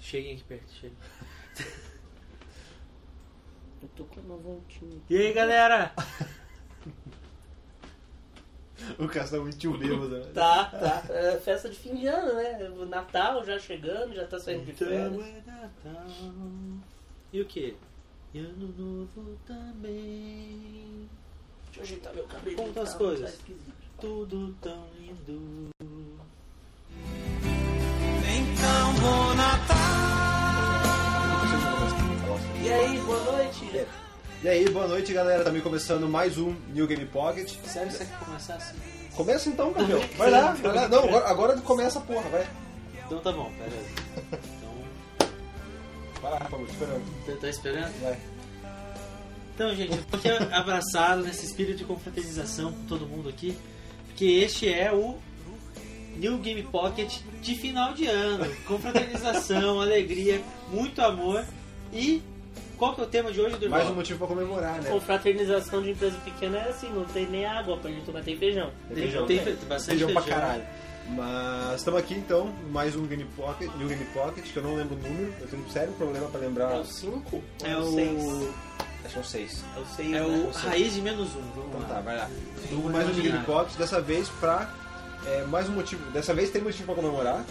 Cheguem aqui perto, cheguem. Eu tô com uma voltinha. E aí, galera? O cara tá muito tio bêbado, né? Tá, tá. É festa de fim de ano, né? O Natal já chegando, já tá saindo de Então férias. é Natal. E o que? E ano novo também. Deixa eu ajeitar meu cabelo. Conta as tá? coisas. Tá esquisito. Tudo tão lindo. E aí, boa noite. E aí, boa noite, galera. Também começando mais um New Game Pocket. Sério, você quer começar assim? Começa então, Gabriel. Vai lá, vai lá. Não, agora, agora começa a porra, vai. Então tá bom, pera aí. Então, Vai lá, Pablo, te esperando. tá- tá esperando? Vai. Então, gente, eu tô aqui abraçado nesse espírito de confraternização com todo mundo aqui, porque este é o New Game Pocket de final de ano. Confraternização, alegria, muito amor. E qual que é o tema de hoje, Durval? Mais um motivo pra comemorar, né? Confraternização de empresa pequena é assim, não tem nem água pra gente tomar, tem feijão. Tem, Feijão, tem, né? fe- bastante Feijão pra feijão. caralho. Mas estamos aqui então, mais um Game Pocket, New Game Pocket, que eu não lembro o número, eu tenho um sério problema pra É lembrar. o 5? É seis? o, Acho que é o 6. É o 6, é o sei. raiz de menos um, vamos Então lá. tá, vai lá. Tem Do mais um imaginar. Game Pocket, dessa vez pra. é, mais um motivo. Dessa vez tem motivo pra comemorar.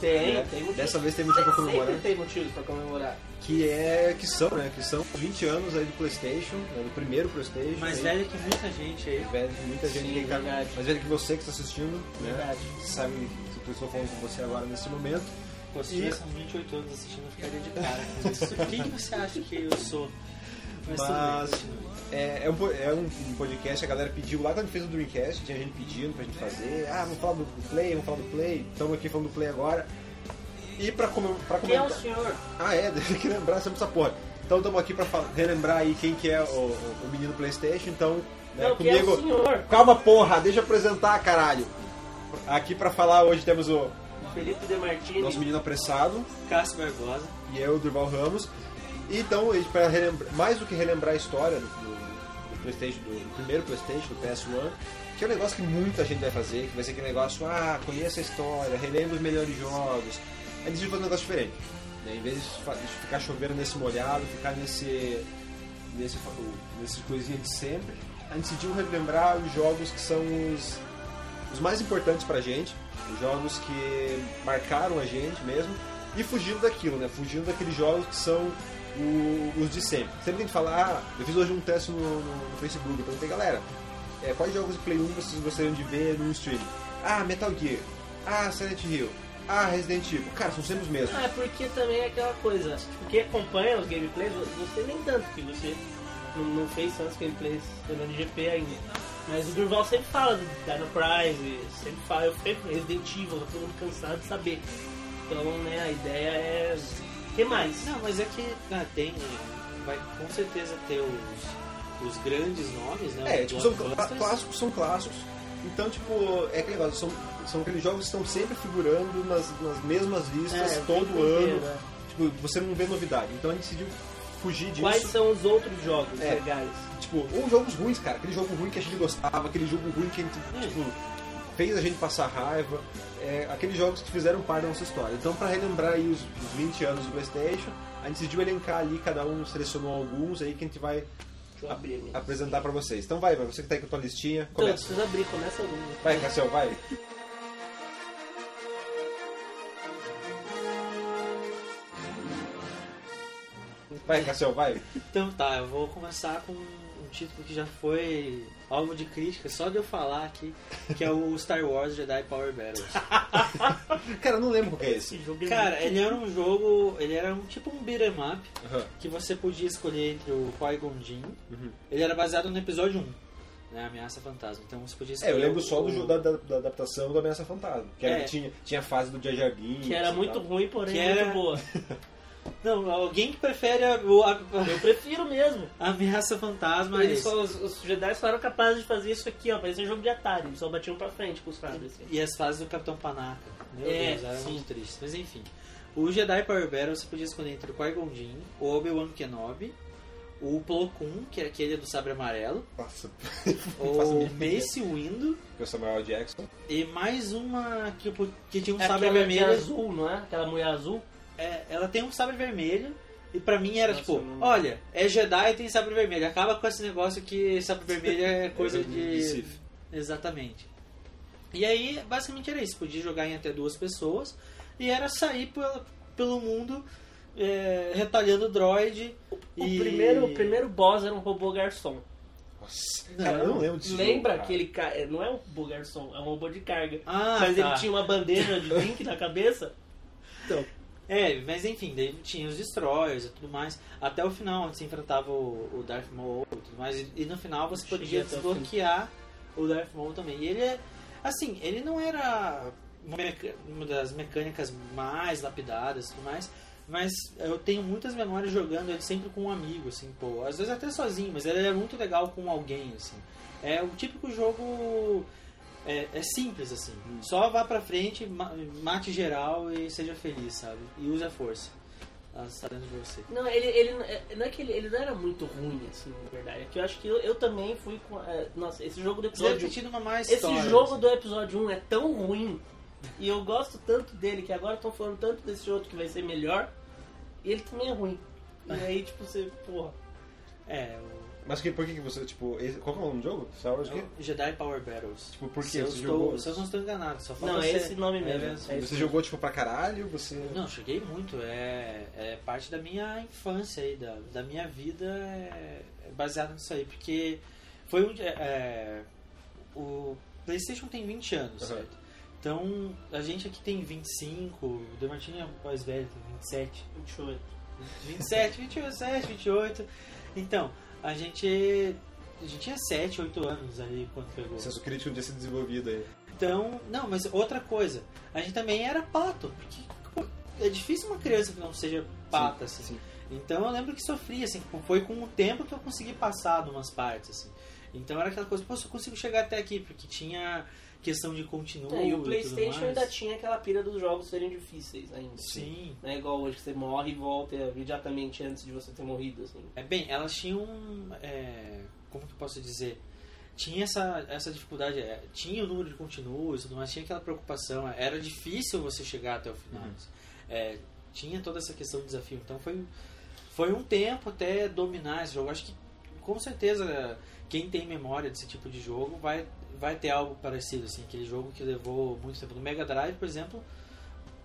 Tem, né? tem motivo. Dessa vez tem motivo pra comemorar. Sempre tem motivos pra comemorar. Que é. Que são, né? Que são os 20 anos aí do Playstation, né, do primeiro Playstation. Mais aí, velho que muita gente aí. velho de muita gente Sim, que tá- é verdade. mais velho que você que está assistindo, né? Verdade. Sabe que eu estou falando com você agora nesse momento. Pô, se E- tivesse uns 28 anos assistindo, eu ficaria de cara. com isso. Quem que você acha que eu sou? tudo Mas- bem, continua. É, é um, po- é um- um podcast, a galera pediu lá quando a gente fez o Dreamcast, tinha gente pedindo pra gente fazer. Ah, vamos falar do, do Play, vamos falar do Play. Estamos aqui falando do Play agora. E pra, comem- pra Quem é o comentar. senhor? Ah, é, deixa que lembrar sempre essa porra. Então estamos aqui pra fa- relembrar aí quem que é o, o- o menino PlayStation. Então, né, Não, quem é o comigo. senhor? Calma, porra, deixa eu apresentar, caralho. Aqui pra falar hoje temos o Felipe De Martini. nosso menino apressado. Cássio Barbosa. e eu, Durval Ramos. E Então, para relembrar, mais do que relembrar a história do, do- do PlayStation, do, do primeiro PlayStation, do PS1, que é um negócio que muita gente vai fazer, que vai ser aquele negócio, ah, conheça a história, relembra os melhores jogos. Aí decidiu fazer um negócio diferente. né? Em vez de, fa- de ficar chovendo nesse molhado, ficar nesse nesse fa- o- nessas coisinhas de sempre, a gente decidiu relembrar os jogos que são os, os mais importantes pra gente, os jogos que marcaram a gente mesmo, e fugindo daquilo, né? Fugindo daqueles jogos que são o- os de sempre. Sempre tem que falar, ah, eu fiz hoje um teste no, no, no Facebook, eu perguntei, galera, é, quais jogos de Play 1 vocês gostariam de ver no stream? Ah, Metal Gear. Ah, Silent Hill. Ah, Resident Evil. Cara, são sempre os mesmos. Ah, é porque também é aquela coisa, quem acompanha os gameplays, você nem tanto, porque você não, não fez tantos gameplays pelo NGP ainda. Mas o Durval sempre fala do Dino Prize, sempre fala, eu sempre Resident Evil, todo mundo cansado de saber. Então, né, a ideia é ter mais. Não, mas é que ah, tem. né? Vai com certeza ter os, os grandes nomes, né? É, Os tipo, são cla- blockbusters. clássicos, são clássicos. Então, tipo, é aquele negócio, são, são aqueles jogos que estão sempre figurando nas, nas mesmas listas É, o todo tempo ano. inteiro, né? Tipo, você não vê novidade. Então a gente decidiu fugir disso. Quais são os outros jogos É. legais? Tipo, ou jogos ruins, cara. Aquele jogo ruim que a gente gostava, aquele jogo ruim que a gente, Hum. tipo, fez a gente passar raiva. É, aqueles jogos que fizeram parte da nossa história. Então, pra relembrar aí os, os 20 anos do PlayStation, a gente decidiu elencar ali, cada um selecionou alguns aí que a gente vai Deixa eu abrir minha. apresentar pra vocês. Então, vai, vai, você que tá aí com a tua listinha, Então, eu começa. preciso abrir, começa algum. Vai, Cassiel, vai. Vai, Cassiel, vai. Então tá, eu vou começar com um título que já foi alvo de crítica, só de eu falar aqui, que é o Star Wars Jedi Power Battles. Cara, eu não lembro qual que é Esse esse. jogo é Cara, muito- ele era um jogo. Ele era um tipo um beat'em up Aham. que você podia escolher entre o Qui-Gon Jinn. Uhum. Ele era baseado no episódio 1, né? Ameaça Fantasma. Então você podia É, escolher. eu lembro só do, o- jo- da, da- da adaptação do Ameaça Fantasma. Que era É. que tinha, tinha a fase do Jar Jar Binks que era e muito tal. ruim, porém é Que é muito era- boa. Não, alguém que prefere a, o- a- Eu prefiro mesmo. a Ameaça Fantasma. é Eles esse. só, os, os Jedi só eram capazes de fazer isso aqui, ó. Parecia um jogo de Atari. Eles só batiam pra frente com os caras. Assim. E as fases do Capitão Panaca. Meu É, Deus, eram sim. muito tristes. Mas enfim. O Jedi Power Battle você podia escolher entre o Qui-Gon Jinn, o Obi-Wan Kenobi, o Plo Koon, que era aquele do sabre amarelo, Nossa, faço a o mínima ideia. Mace Windu que é o Samuel Jackson. e mais uma que, eu pu- que tinha um É sabre aquela que é vermelho. azul, não é? Aquela mulher azul. é, ela tem um sabre vermelho. E pra mim era Nossa, tipo, eu não- olha, é Jedi e tem sabre vermelho. Acaba com esse negócio que sabre vermelho é coisa de. Sith. Exatamente. E aí, basicamente era isso. Podia jogar em até duas pessoas. E era sair pela- pelo mundo é, retalhando droid. O, e- primeiro, o primeiro boss era um robô garçom. Nossa, cara, eu não lembro disso. Lembra cara. aquele ca... é, Não é um robô garçom, é um robô de carga. Ah, Mas tá. ele tinha uma bandeira de drink na cabeça. É, mas enfim, daí tinha os destroyers e tudo mais. Até o final, onde se enfrentava o, o Darth Maul e tudo mais. E, e no final você Cheguei podia até o desbloquear o Darth Maul também. E ele é. Assim, ele não era uma, meca- uma das mecânicas mais lapidadas e tudo mais. Mas eu tenho muitas memórias jogando ele sempre com um amigo, assim, pô. Às vezes até sozinho, mas ele era muito legal com alguém, assim. É o típico jogo. É, é simples assim. Hum. Só vá pra frente, ma- mate geral e seja feliz, sabe? E use a força. Ela está dentro de você. Não, ele, ele não- é- não é que ele, ele não era muito ruim, assim, na verdade. É que eu acho que eu, eu também fui com. é, nossa, esse jogo do Você deve episódio ter tido uma mais assim. Esse jogo do episódio 1 é tão ruim e eu gosto tanto dele que agora estão falando tanto desse outro que vai ser melhor e ele também é ruim. E aí, tipo, você, porra. É, o Mas que, por que, que você, tipo, esse- qual que é o nome do jogo? Star Wars o quê? é o Jedi Power Battles. Tipo, por quê? Se eu, Você estou, jogou- se eu não estou enganado, só falta Não, é você- esse nome mesmo. É É mesmo. esse Você jogou, tipo, pra caralho? Você... Não, cheguei muito. É, é parte da minha infância aí, da, da minha vida é, é baseado nisso aí. Porque foi um. dia- É, o PlayStation tem 20 anos, Aham. certo? Então a gente aqui tem 25, o Demartini é mais velho, tem 27. Deixa eu ver. 27, 27, 28. Então, a gente. A gente tinha 7, 8 anos ali quando pegou. Senso crítico de ser desenvolvido aí. Então, não, mas outra coisa, a gente também era pato, porque pô, é difícil uma criança que não seja pata, assim. sim. Então eu lembro que sofria, assim, pô, foi com o tempo que eu consegui passar de umas partes, assim. Então era aquela coisa, pô, só consigo chegar até aqui, porque tinha questão de continuo É, e o tudo PlayStation ainda mais. tinha aquela pira dos jogos serem difíceis ainda. Sim. Não é igual hoje que você morre e volta imediatamente antes de você ter morrido, assim. É, bem, elas tinham. é, como que eu posso dizer? Tinha essa, essa dificuldade, é, tinha o número de continuos e tudo mais, tinha aquela preocupação, é, era difícil você chegar até o final. Uhum. É, tinha toda essa questão do desafio, então foi, foi um tempo até dominar esse jogo. Acho que com certeza quem tem memória desse tipo de jogo vai, vai ter algo parecido, assim, aquele jogo que levou muito tempo. No Mega Drive, por exemplo,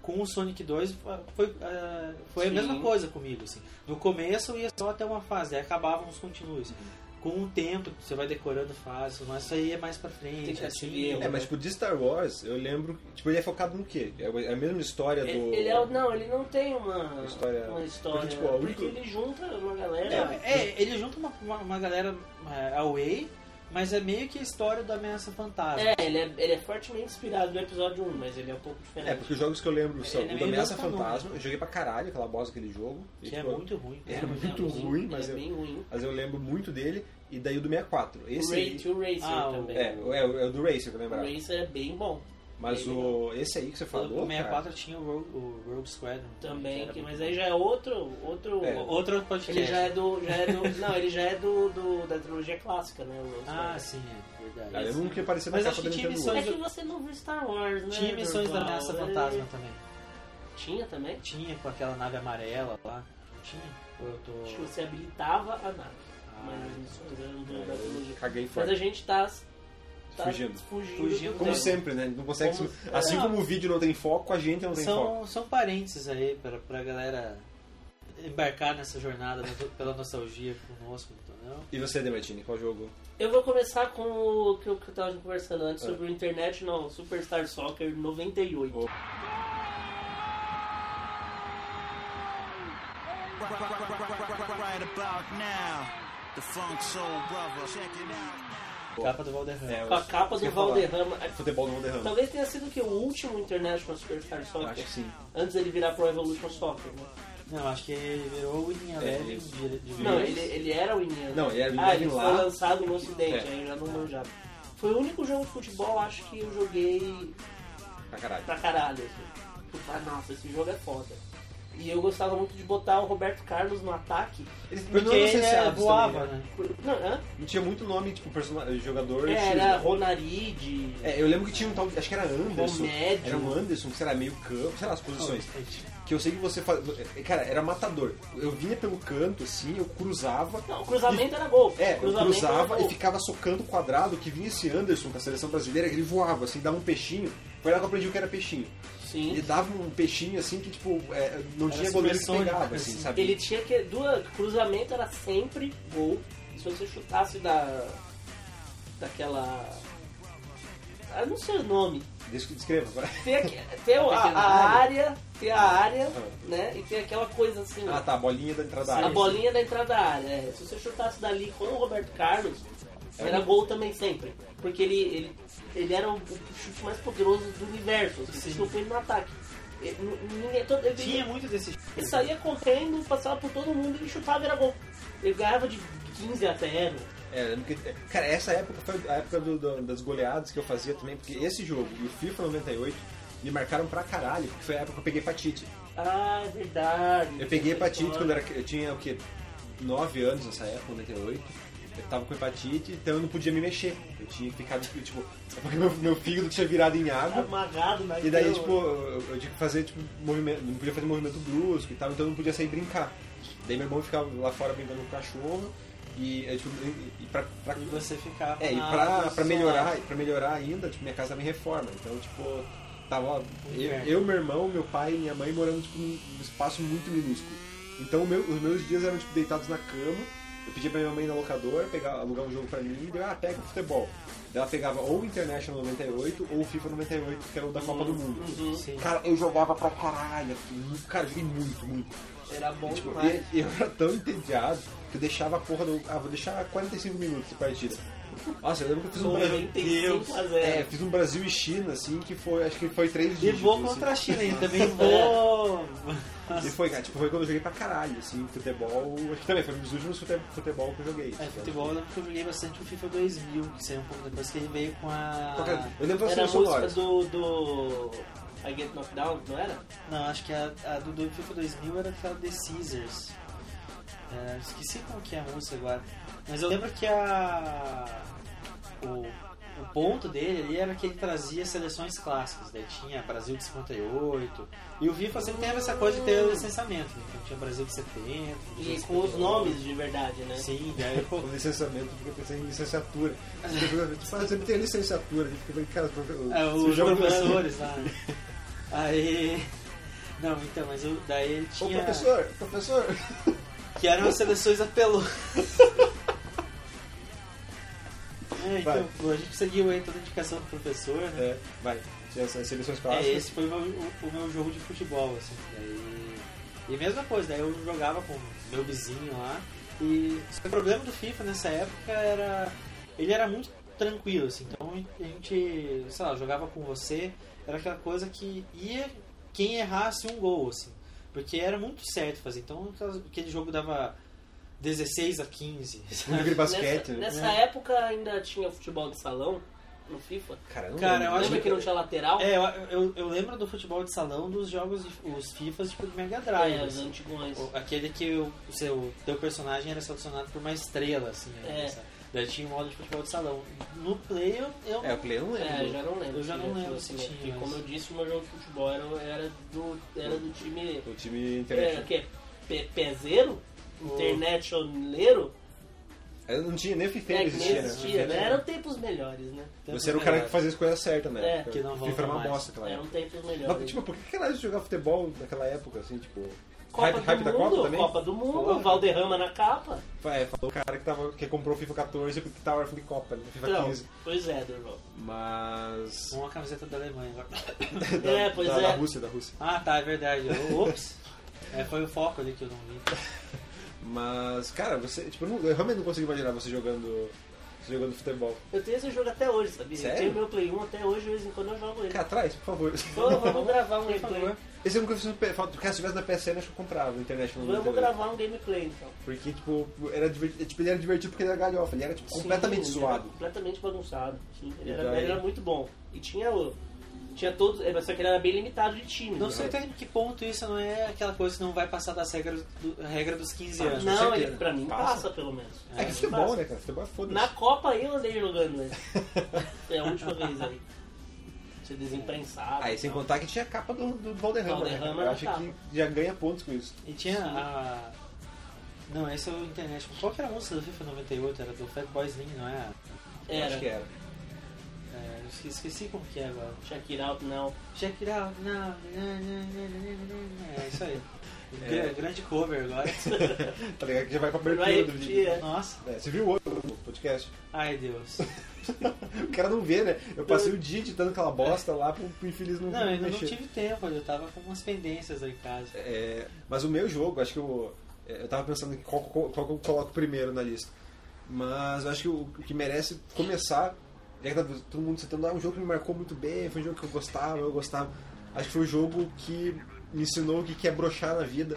com o Sonic 2 foi, ah, foi a Sim. mesma coisa comigo, assim. No começo eu ia só até uma fase, aí acabavam os continuos. Com o tempo, você vai decorando fases, mas isso aí é mais pra frente. Tem que assim, assumir erro. é, É, mas tipo, de Star Wars, eu lembro. Tipo, ele é focado no quê? É a mesma história do. Ele, ele é o- não, ele não tem uma História- Uma história porque, tipo, a única- porque ele junta uma não, galera. é, ele junta uma, uma, uma galera é, away, mas é meio que a história da ameaça fantasma. É, ele é, ele é fortemente inspirado do episódio 1, mas ele é um pouco diferente. É, porque os jogos que eu lembro são Ele é o meio da Ameaça dançando, Fantasma, eu joguei pra caralho aquela boss daquele jogo. e, Que é tipo, muito ruim. é cara. muito ruim, mas é eu- bem ruim. Mas eu lembro muito dele, e daí o do 64. O Esse Ray aí. to Racer Ah, o- também. É, é, é o do Racer que eu o é lembrava. Racer é bem bom Mas o, esse aí que você falou. o 64 cara, tinha o Rogue, o Rogue Squadron. né, também, era que- muito mas bom. aí já é outro. outro É. Outro podcast. Ele já é do. Já é do não, ele já é do, do- da trilogia clássica, né? o Racer. Ah, sim, é verdade. Cara, eu lembro que apareceu na Mas capa acho do que tinha Nintendo missões- é World. que você não viu Star Wars, né? Tinha missões da Durval? ameaça É. fantasma também. Tinha também? Tinha com aquela nave amarela lá. Não tinha? Ou eu tô. Acho que você habilitava a nave. Mas as Ah, missões eram do, da É, trilogia. eu Caguei Mas fora. a gente tá, tá Fugindo. fugindo. Fugindo como do Como tema. sempre, né? Não consegue. Como- Ah. Assim É. como o vídeo não tem foco, a gente não tem foco. são, são parênteses aí pra, pra galera embarcar nessa jornada né, pela nostalgia conosco, entendeu? E você, Demetini, qual jogo? Eu vou começar com o que eu que eu tava conversando antes É. sobre o International Superstar Soccer 98. Oh. Right about now, the Funk Soul Brother. Check it out. Capa do Valderrama. É, Com a capa do Quer falar? Valderrama. Então, Futebol do Valderrama. Talvez tenha sido que o último International Superstar Soccer, Acho que sim. antes dele virar Pro Evolution Soccer. Né? Não, acho que ele virou o Winning É, Eleven de, de Não, vez. ele, ele era o Indiana. Não, ele era o Ah, Indiana ele lá. foi lançado no Ocidente, É. aí eu já não manjava. Foi o único jogo de futebol, acho que eu joguei Pra caralho. pra caralho. Assim. Tipo, ah, nossa, esse jogo é foda. E eu gostava muito de botar o Roberto Carlos no ataque. Eles- Porque não ele licenciados é, também, voava, né? né? Não, hã? Não tinha muito nome, tipo, personagem, jogador. É, X, era né? Ronaride. É, eu lembro que tinha um tal, acho que era Anderson. Comédio. Era um Anderson, que sei lá, meio campo, sei lá, as posições. que eu sei que você faz. Cara, era matador. Eu vinha pelo canto, assim, eu cruzava. Não, o cruzamento era gol. É, O eu cruzamento cruzava era e gol. ficava socando o quadrado que vinha esse Anderson com a seleção brasileira, que ele voava, assim, dava um peixinho. Foi lá que eu aprendi o que era peixinho. Sim. Ele dava um peixinho assim que, tipo, é, não Era tinha goleiro que supersônico, pegava, assim, assim. sabe? Ele tinha que. Duas, cruzamento era sempre gol. E se você chutasse da. daquela. Eu não sei o nome. Des- Descreva, vai. Tem, aqui, tem o- a, Daquela a área. área, tem a área, Ah. né? E tem aquela coisa assim. Ah, tá, a bolinha da entrada da A área. bolinha da entrada da área. é. Se você chutasse dali com o Roberto Carlos, era gol também sempre. Porque ele, ele, ele era o, o chute mais poderoso do universo. Assim, Sim. Ele chutou ele no ataque. Ele, n- ninguém, todo, ele, Tinha muito desse tipo ele saía correndo, passava por todo mundo e chutava e era gol. Ele ganhava de 15 a 0. É, eu lembro que- é, cara, essa época foi a época do- do- das goleadas que eu fazia também, porque esse jogo e o FIFA 98 me marcaram pra caralho, porque foi a época que eu peguei hepatite. Ah, é verdade. Eu peguei hepatite Olha. quando eu, era, eu tinha o quê? 9 anos nessa época, 98. Eu tava com hepatite, então eu não podia me mexer. Eu tinha que ficar, tipo, porque meu, meu fígado tinha virado em água. Amagado naquilo. E daí, tipo, eu, eu tinha que fazer, tipo, movimento, não podia fazer movimento brusco e tal, então eu não podia sair brincar. Daí meu irmão ficava lá fora brincando com o cachorro e, é, tipo, e, e pra, pra- E você ficava. é, e na pra, água pra do melhorar, pra melhorar ainda, tipo, minha casa tava em reforma, então, tipo, tava, ó, eu, Inferno. eu, meu irmão, meu pai e minha mãe morando, tipo, num num espaço muito minúsculo. Então, o meu- os meus dias eram, tipo, deitados na cama, eu pedia pra minha mãe ir na locadora, pegar, alugar um jogo pra mim, e deu, ah, pega o futebol. Daí Ela pegava ou o International 98 ou o FIFA 98, que era o da Copa do Mundo. sol. Sim. Cara, eu jogava uhum. pra caralho. assim, Cara, eu joguei muito, muito. Era bom Tipo, demais. e- e eu era tão entediado que eu deixava a porra do. Ah, vou deixar 45 minutos de partida. Nossa, eu lembro que eu fiz um Brasil. 95 a 0. É, fiz um Brasil e China, assim, que foi. Acho que foi E 3 dias. vou contra a China e também vou. É. E foi, cara, tipo, foi quando eu joguei pra caralho, assim, futebol. Acho que também foi um dos últimos fute- futebol que eu joguei. É, futebol eu lembro que eu joguei bastante o FIFA 2000, que saiu um pouco depois que ele veio com a. Então, Qualquer- Eu lembro das Era a seleções música sonoras. do, do I Get Knocked Down, não era? Não, acho que a, a do, do FIFA 2000 era aquela The Caesars. É, esqueci qual que é a música agora. Mas eu lembro que a. O, o ponto dele ali era que ele trazia seleções clássicas. Daí tinha Brasil de 58. E o FIFA sempre teve essa coisa de ter o licenciamento. né? Então tinha Brasil de 70. Brasil E de com os 58. nomes de verdade, né? Sim, daí pô, O licenciamento, porque eu pensei em licenciatura. Assim, Tu fala, "Tipo, sempre tem licenciatura. Eu fiquei, cara, É, o os professores lá. né? Aí. Não, então, mas o, daí ele Ô, tinha. professor, professor. Que eram as seleções apelões. É, então, pô, a gente seguiu aí toda a indicação do professor, né? É, vai. Tinha as seleções É, clássicas. esse foi o meu, o- o meu jogo de futebol, assim. Daí... E mesma coisa, daí eu jogava com meu vizinho lá. E o problema do FIFA nessa época era. Ele era muito tranquilo, assim. Então a gente, sei lá, jogava com você. Era aquela coisa que ia quem errasse um gol, assim. Porque era muito certo fazer. Então aquelas- aquele jogo dava 16 a 15. Um sabe? livre basquete. Nessa, né? nessa época ainda tinha futebol de salão no FIFA. Cara, eu não Cara, lembro. eu acho Lembra que não tinha lateral? É, eu, eu, eu lembro do futebol de salão dos jogos, de- os FIFAs tipo de Mega Drive. É, os assim. antigões. O- Aquele que o o seu teu personagem era selecionado por uma estrela, assim. né, É. sabe? Daí tinha o modo de futebol de salão. No play eu, eu É, o Play eu não É, lembro. eu já não lembro. Eu já não se lembro fosse, se né? tinha, Porque, mas- como eu disse, o meu jogo de futebol era, era do, era do time. O time Era internet. o quê? Pe- Pezeiro? Internationaleiro? Eu não tinha nem É, FIFA que nem existia, existia, né? né? Eram tempos melhores, né? Tanto Você era o que cara era- que fazia as coisas certas, É, né? que não FIFA era volta uma mais. bosta naquela Eram época. tempos Mas, melhores. tipo, por que caralho jogava futebol naquela época, assim, tipo... Copa, hype, do hype mundo, da Copa também? Copa do Mundo, Porra. Valderrama na capa. É, falou o cara que, tava, que comprou o FIFA 14 porque tava órfão de Copa, né? FIFA Então, 15. pois é, Durval. Mas... Com a camiseta da Alemanha agora. da, É, pois da, é. da Rússia, da Rússia. Ah, tá, é verdade. Eu- Ops. É, foi o foco ali que eu não vi. Mas, cara, você... Tipo, eu, não- eu realmente não consigo imaginar você jogando... Você jogando futebol. Eu tenho esse jogo até hoje, sabia? Sério? Eu tenho meu Play 1 até hoje, de vez em quando eu jogo ele. Cara, atrás, por favor. Vamos, vamos gravar um Por favor. gameplay. Esse é um que eu fiz no P- falta- Cara, se tivesse na PSN, acho que eu comprava na internet. não Vamos entendeu? gravar um gameplay, então. Porque, tipo, era divertido, tipo, ele era divertido porque ele era galhofa, ele era tipo, completamente Sim, ele era zoado. Completamente bagunçado. Sim, ele, E era, daí? ele era muito bom. E tinha o... Tinha todos... é, Só que ele era bem limitado de time. né? Não sei até que ponto isso não é aquela coisa que não vai passar das regras do, regra dos 15 anos. com Não, certeza. ele, pra mim passa, Passa. pelo menos. É que Pra mim futebol, passa. né, cara? Futebol é foda-se. Na Copa eu andei jogando ele. Foi a última vez aí. CDs imprensados. Aí, e sem tal. contar que tinha a capa do, do Valderrama, né? Valderrama Eu era acho capa. que já ganha pontos com isso. E tinha a. Não, esse é o internet. Qual que era a música do FIFA 98? Era do Fat Boy Slim, não é? Eu Era. acho que era. é eu esque- esqueci como que é agora. Shakira Out Now. Check it out, não, não, não, não, não, não, não. É isso aí. É. Gr- Grande cover agora. Tá ligado? Que já vai pra Vai abertura do repetir, vídeo. é. Nossa. É, você viu o outro podcast? Ai, Deus. O cara não vê, né? Eu passei o dia editando aquela bosta lá pro pro infeliz não, Não, eu ainda não mexer. tive tempo. Eu tava com umas pendências aí em casa. É, mas o meu jogo, acho que eu. é, Eu tava pensando em qual, qual, qual que eu coloco primeiro na lista. Mas eu acho que o o que merece começar, já que tá todo mundo citando, ah, um jogo que me marcou muito bem, foi um jogo que eu gostava, eu gostava. Acho que foi o jogo que me ensinou o que que é brochar na vida,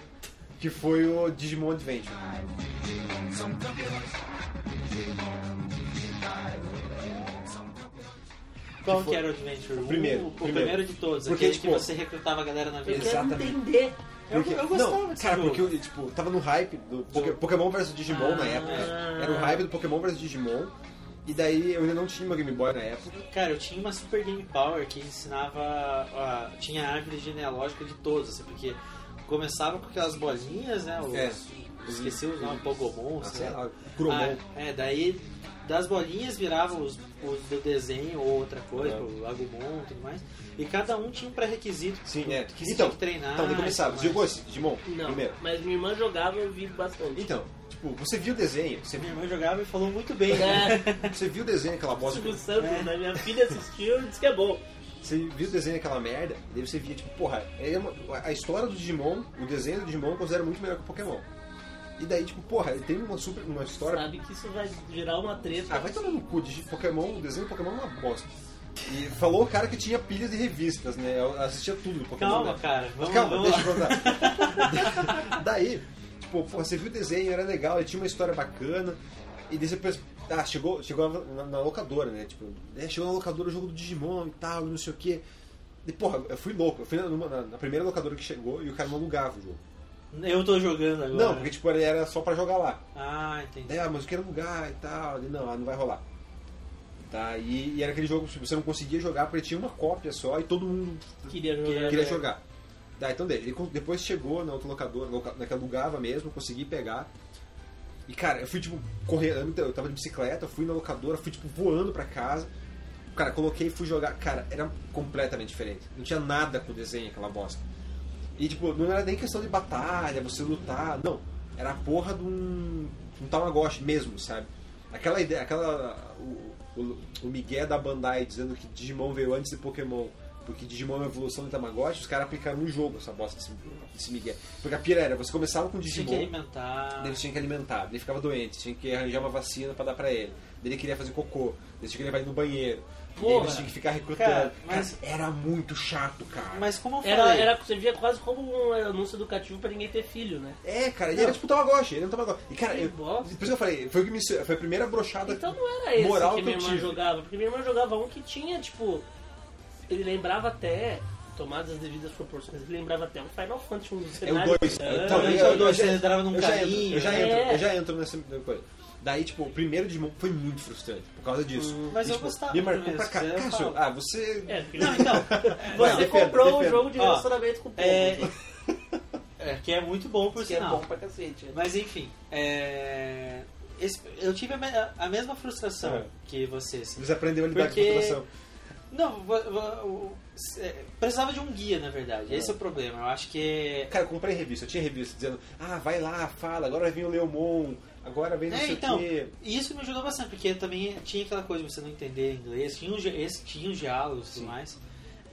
que foi o Digimon Adventure. Ah, Qual que que, foi- era o Adventure? É, tipo, um? o primeiro, O, o primeiro. primeiro. de todos. Porque, aquele que tipo, você recrutava a galera na Eu vida. quero Exatamente. entender. Eu- eu gostava não, desse cara, jogo. porque eu, tipo, tava no hype do Poké- Pokémon vs Digimon na Ah. época. Era o hype do Pokémon vs Digimon. E daí eu ainda não tinha meu Game Boy na época. Cara, eu tinha uma Super Game Power que ensinava. a- tinha a árvore genealógica de todos, assim, porque começava com aquelas bolinhas, né? Os, É. Esqueci os nomes, Pogomon, sei sei lá. lá, Kuromon. Ah, é, daí das bolinhas viravam os, os do desenho ou outra coisa, É. o Agumon e tudo mais. E cada um tinha um pré-requisito Sim, é. que você então, tinha que treinar. então, daí começava. e Você tudo jogou mais. esse Digimon? Não, Primeiro. mas minha irmã jogava e eu vi bastante. Então, tipo, você viu o desenho, você Minha viu, irmã jogava e falou muito bem. né? É, você viu o desenho, aquela bosta. Silvio Santos, né? Minha filha assistiu e disse que é bom. Você viu o desenho, aquela merda, daí você via, tipo, porra, é uma- a história do Digimon, o desenho do Digimon eu considero muito melhor que o Pokémon. E daí, tipo, porra, ele tem uma super. uma história Sabe que isso vai gerar uma treta. Ah, vai tomar no cu de Pokémon, o desenho do Pokémon é uma bosta. E falou o cara que tinha pilhas de revistas, né? Eu assistia tudo do Pokémon. Calma, né? cara. Vamos, Calma, vamos deixa eu lá. contar. daí, tipo, pô, você viu o desenho, era legal, ele tinha uma história bacana. E daí você pensa, ah, chegou, chegou na, na locadora, né? Tipo, né, chegou na locadora o jogo do Digimon e tal, não sei o quê. E, porra, eu fui louco. Eu fui na, numa- na- na primeira locadora que chegou e o cara não alugava o jogo. Eu tô jogando agora. Não, porque, tipo, ele era só pra jogar lá. Ah, entendi. Daí, ah, mas eu quero lugar e tal. Ele, não, ah, não vai rolar. Tá, e, e era aquele jogo que você não conseguia jogar porque tinha uma cópia só e todo mundo Queria jogar. É, queria né? jogar. Tá, então daí, ele con- depois chegou na outra locadora, loca- na que alugava mesmo, consegui pegar. E cara, eu fui tipo correndo, eu tava de bicicleta, fui na locadora, fui tipo voando pra casa. Cara, coloquei e fui jogar. Cara, era completamente diferente. Não tinha nada com o desenho, aquela bosta. E tipo, não era nem questão de batalha, você lutar, não. Era a porra de um, um Tamagotchi mesmo, sabe? Aquela ideia, aquela. O, o, o Miguel da Bandai dizendo que Digimon veio antes de Pokémon, porque Digimon é uma evolução do Tamagotchi, os caras aplicaram no jogo essa bosta desse, desse Miguel. Porque a pira era, você começava com Tinha que Digimon, alimentar. daí você tinha que alimentar, ele ficava doente, tinha que arranjar uma vacina pra dar pra ele, daí ele queria fazer cocô, daí tinha que levar ele no banheiro, e aí Porra. você tinha que ficar recrutando. Cara, mas- Cara, era muito chato, cara. Mas como eu Era, falei, era, você via quase como um anúncio educativo pra ninguém ter filho, né? É, cara, ele era tipo Tamagotchi, ele era um Tamagotchi. E cara, Que eu, bosta. por isso que eu falei, foi, o que me, ensinou- foi a primeira brochada. Então não era esse Moral que minha que eu irmã tive. jogava, porque minha irmã jogava um que tinha, tipo. Ele lembrava até, tomadas as devidas proporções, ele lembrava até o Final Fantasy, um dos É o cenários. 2. Ah, Então, esse é o dois, você entrava num eu já entro, carrinho, eu já né? entro, eu É. já entro nessa coisa. Daí, tipo, o primeiro Digimon foi muito frustrante por causa disso. Hum. Mas E, eu tipo, gostava Me do marcou primeiro, pra cá. isso é eu Cássio, falo. ah, você. É, porque Não, então. você defenda, comprou defenda. um jogo de Ó, relacionamento com o povo. é, gente, É, que é muito bom por que é sinal. bom pra cacete. né? Mas enfim, é, esse- eu tive a, me- a mesma frustração É. que vocês. Eles aprenderam a lidar Porque- com a situação. Não, vo- vo- o- é, precisava de um guia, na verdade. Esse é o problema. Eu acho que. é, Cara, eu comprei revista, eu tinha revista dizendo, ah, vai lá, fala, agora vem o Leomon, agora vem não É, sei então, o quê. e isso me ajudou bastante, porque também tinha aquela coisa de você não entender inglês, tinha, um, ge- esse, tinha os diálogos e tudo mais.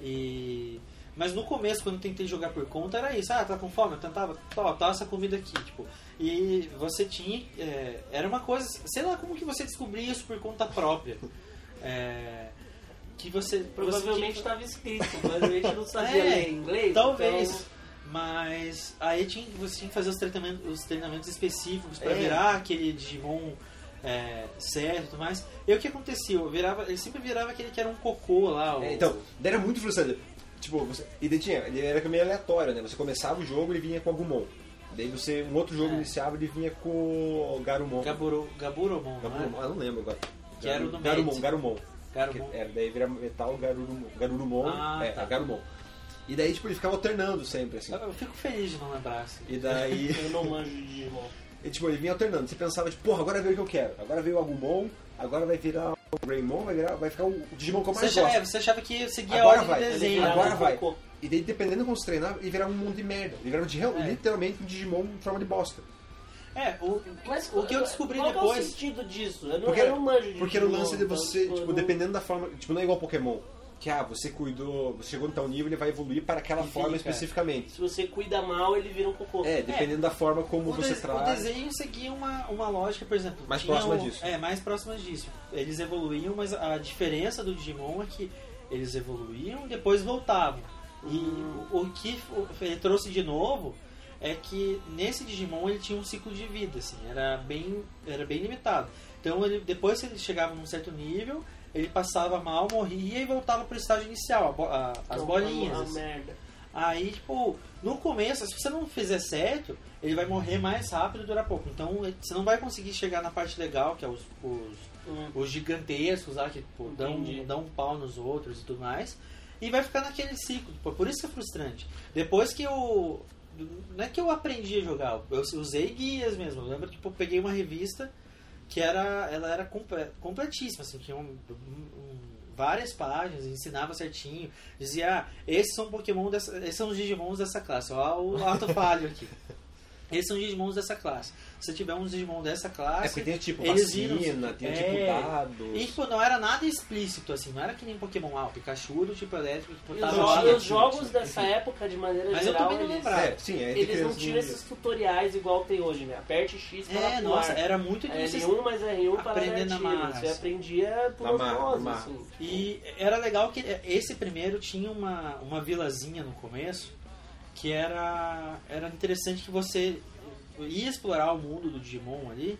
E. Mas no começo, quando eu tentei jogar por conta, era isso. Ah, tá com fome? Eu tentava, tá, tá essa comida aqui, tipo. E você tinha. é, era uma coisa. Sei lá como que você descobria isso por conta própria. É, que você. Provavelmente você tinha- estava escrito, mas a gente não sabia É, ler inglês. Talvez. então- Mas aí tinha, você tinha que fazer os treinamentos, os treinamentos específicos pra É. virar aquele Digimon é, certo e tudo mais. E o que acontecia? Eu virava, ele sempre virava aquele que era um cocô lá. o- É, então, daí era muito frustrante. Tipo, você, e daí tinha, ele era meio aleatório, né? Você começava o jogo e vinha com Agumon. Daí você, um outro jogo É. iniciava e vinha com Garumon. Gaburo, Gaburomon, não é? Gaburumon, ah, não lembro agora. Que era o Garu- do Garumon, Mads. Garumon. Garumon. Que, é, daí vira metal Garurumon. Garurumon Ah, é, tá. Ah. é Garumon. E daí, tipo, ele ficava alternando sempre, assim. Eu, eu fico feliz de não lembrar assim. E daí, então Eu não manjo de Digimon. e, tipo, ele vinha alternando. Você pensava, tipo, porra, agora veio o que eu quero. Agora veio o Agumon, agora vai virar o Greymon, vai, virar, vai ficar o Digimon que eu Você, mais achava, gosto. é, você achava que seguia Agora a ordem vai. do desenho. Ele- Agora um vai. cocô. E daí, dependendo de como você treinar, ele virava um mundo de merda. Ele virava de, real- É. literalmente um Digimon em forma de bosta. É, o, Mas o que eu descobri qual Qual é o depois. sentido disso? Eu não, Porque, eu não manjo de porque era o Digimon, um lance de então, você, eu tipo, não- dependendo da forma. Tipo, não é igual Pokémon. Que ah, você cuidou, você chegou no tal nível, ele vai evoluir para aquela E forma fica. especificamente. Se você cuida mal, ele vira um cocô. É, dependendo da forma como O, você des- o traz. desenho seguia uma, uma lógica, por exemplo. Mais tinha próxima o- disso. É, mais próxima disso. Eles evoluíam, mas a diferença do Digimon é que eles evoluíam e depois voltavam. E o, o que o- ele trouxe de novo é que nesse Digimon ele tinha um ciclo de vida, assim, era bem, era bem limitado. Então ele, depois que ele chegava num certo nível, ele passava mal, morria e voltava pro estágio inicial, a bo- a- as Então, bolinhas. é uma assim. merda. Aí, tipo, no começo, se você não fizer certo, ele vai morrer mais rápido e durar pouco. Então, você não vai conseguir chegar na parte legal, que é os, os, Hum. os gigantescos lá, que tipo, dão, Entendi. dão um pau nos outros e tudo mais. E vai ficar naquele ciclo. Pô, Por isso que é frustrante. Depois que eu. Não é que eu aprendi a jogar, eu usei guias mesmo. Eu lembro que tipo, eu peguei uma revista que era, ela era comple- completíssima, assim, tinha um- um- várias páginas, ensinava certinho, dizia, ah, esses são Pokémon dessa, esses são os Digimons dessa classe, ó, o ato falho aqui. Esses são os Digimons dessa classe. Se tiver um Digimon dessa É classe, porque tem tipo Eles viram- vacina, tem é. tipo dados. e, tipo, não era nada explícito, assim. Não era que nem Pokémon, ah, o Pikachu do tipo elétrico que E botava os, lá jogos, lá. no os jogos Twitter, dessa época, de maneira Mas eu geral, também não eles, lembrava. É, sim, é de eles não criança, tinham né? esses tutoriais igual tem hoje, né? Aperte X para É, pular. nossa, era muito É difícil. L1 mais R1 para aprender dar na tiro. marra, Você assim. aprendia por Na marra, na osmose, marra. assim. E era legal que é, esse primeiro tinha uma, uma vilazinha no começo que era, era interessante que você ia explorar o mundo do Digimon ali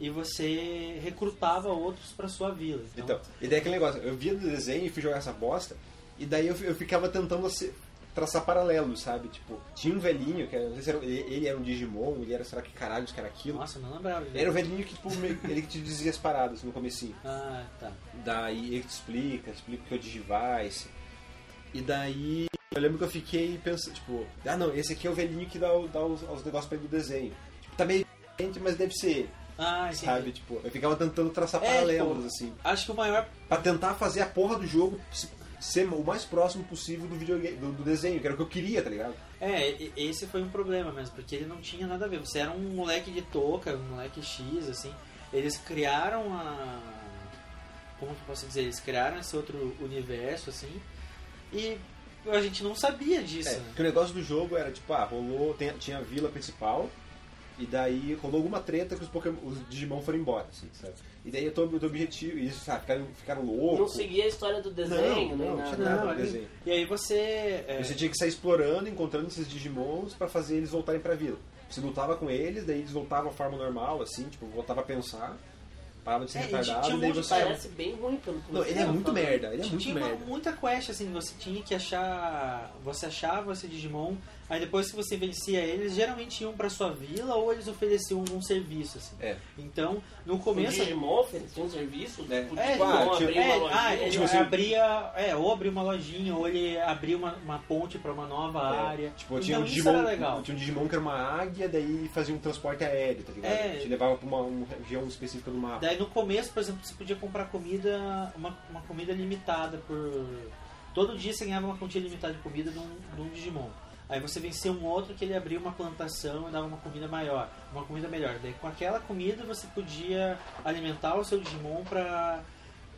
e você recrutava outros pra sua vila. Então, Então, e daí aquele negócio, eu via do desenho e fui jogar essa bosta, e daí eu, fi- eu ficava tentando assim, traçar paralelos, sabe? Tipo, tinha um velhinho, que era, não sei se era, ele, ele era um Digimon, ele era, será que caralho, isso que era aquilo. nossa, eu não lembrava. disso. Então, Era o velhinho que, tipo, meio- ele que te dizia as paradas no comecinho. Ah, tá. Daí ele te explica, explica o que é o Digivice. E daí eu lembro que eu fiquei pensando, tipo, ah não, esse aqui é o velhinho que dá, o- dá os, os negócios pra ele do desenho. Tipo, tá meio diferente, mas deve ser, ele, Ah, entendi. sabe? Tipo, eu ficava tentando traçar É, paralelos, tipo, assim, Acho que o maior pra tentar fazer a porra do jogo se- ser o mais próximo possível do videogame, do, do desenho, que era o que eu queria, tá ligado? É, e- esse foi um problema mesmo, porque ele não tinha nada a ver. Você era um moleque de touca, um moleque X, assim. Eles criaram a. Como que eu posso dizer? Eles criaram esse outro universo, assim. E a gente não sabia disso. É, né? porque o negócio do jogo era, tipo, ah, rolou, tem- tinha a vila principal, e daí rolou alguma treta que os, Pokémon, os Digimon foram embora, assim, sabe? E daí o teu, o teu objetivo, e isso, sabe, ficaram, ficaram loucos. Não seguia a história do desenho, nem não, nada. tinha nada Não, no ali- desenho. E aí você. é, Você tinha que sair explorando, encontrando esses Digimons pra fazer eles voltarem pra vila. Você lutava com eles, daí eles voltavam à forma normal, assim, tipo, voltava a pensar, parava de ser É, e tinha- retardado, tinha um daí monte de você... Parece bem ruim pelo que Não, você ele é tá muito falando. merda, ele é muito tinha uma- merda. muita quest, assim, você tinha que achar. Você achava esse Digimon, aí depois que você vencia eles, geralmente iam pra sua vila ou eles ofereciam algum serviço, assim. É. Então, no O começo. Digimon oferecia um serviço, É. tipo, É, Digimon ah, tinha- abria É, uma ah, lojinha. ele Tipo assim- abria, é, ou abria uma lojinha, ou ele abria uma, uma ponte pra uma nova área. Tipo, tinha então, um isso Digimon, era legal. tinha um Digimon que era uma águia, daí fazia um transporte aéreo, tá ligado? É. Te levava pra uma, uma região específica do mapa. Daí no começo, por exemplo, você podia comprar comida, uma, uma comida limitada por. Todo dia você ganhava uma quantia limitada de comida de um, de um Digimon. Aí você vencia um outro que ele abria uma plantação e dava uma comida maior, uma comida melhor. Daí com aquela comida você podia alimentar o seu Digimon pra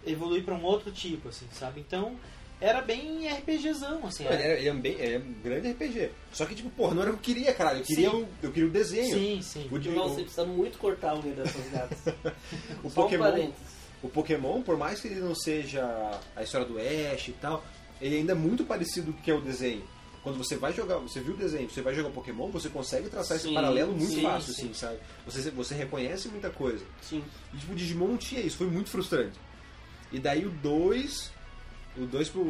evoluir pra um outro tipo, assim, sabe? Então era bem RPGzão, assim. Não, Ele, era, ele, é um bem- ele é um grande RPG. Só que, tipo, porra, não era o que eu queria, cara. Eu queria, Sim. o, eu queria o desenho. Sim, sim. O, de- Digimon, você o, precisa muito cortar o meio dessas gatas. o Só um Pokémon, parênteses. o Pokémon, por mais que ele não seja a história do Ash e tal, ele ainda é muito parecido com o que é o desenho. Quando você vai jogar, você viu o desenho, você vai jogar Pokémon, você consegue traçar esse Sim, paralelo muito sim, fácil, sim. assim, sabe? Você, você reconhece muita coisa. Sim. E tipo, o Digimon não tinha isso, foi muito frustrante. E daí o 2. O 2 pro.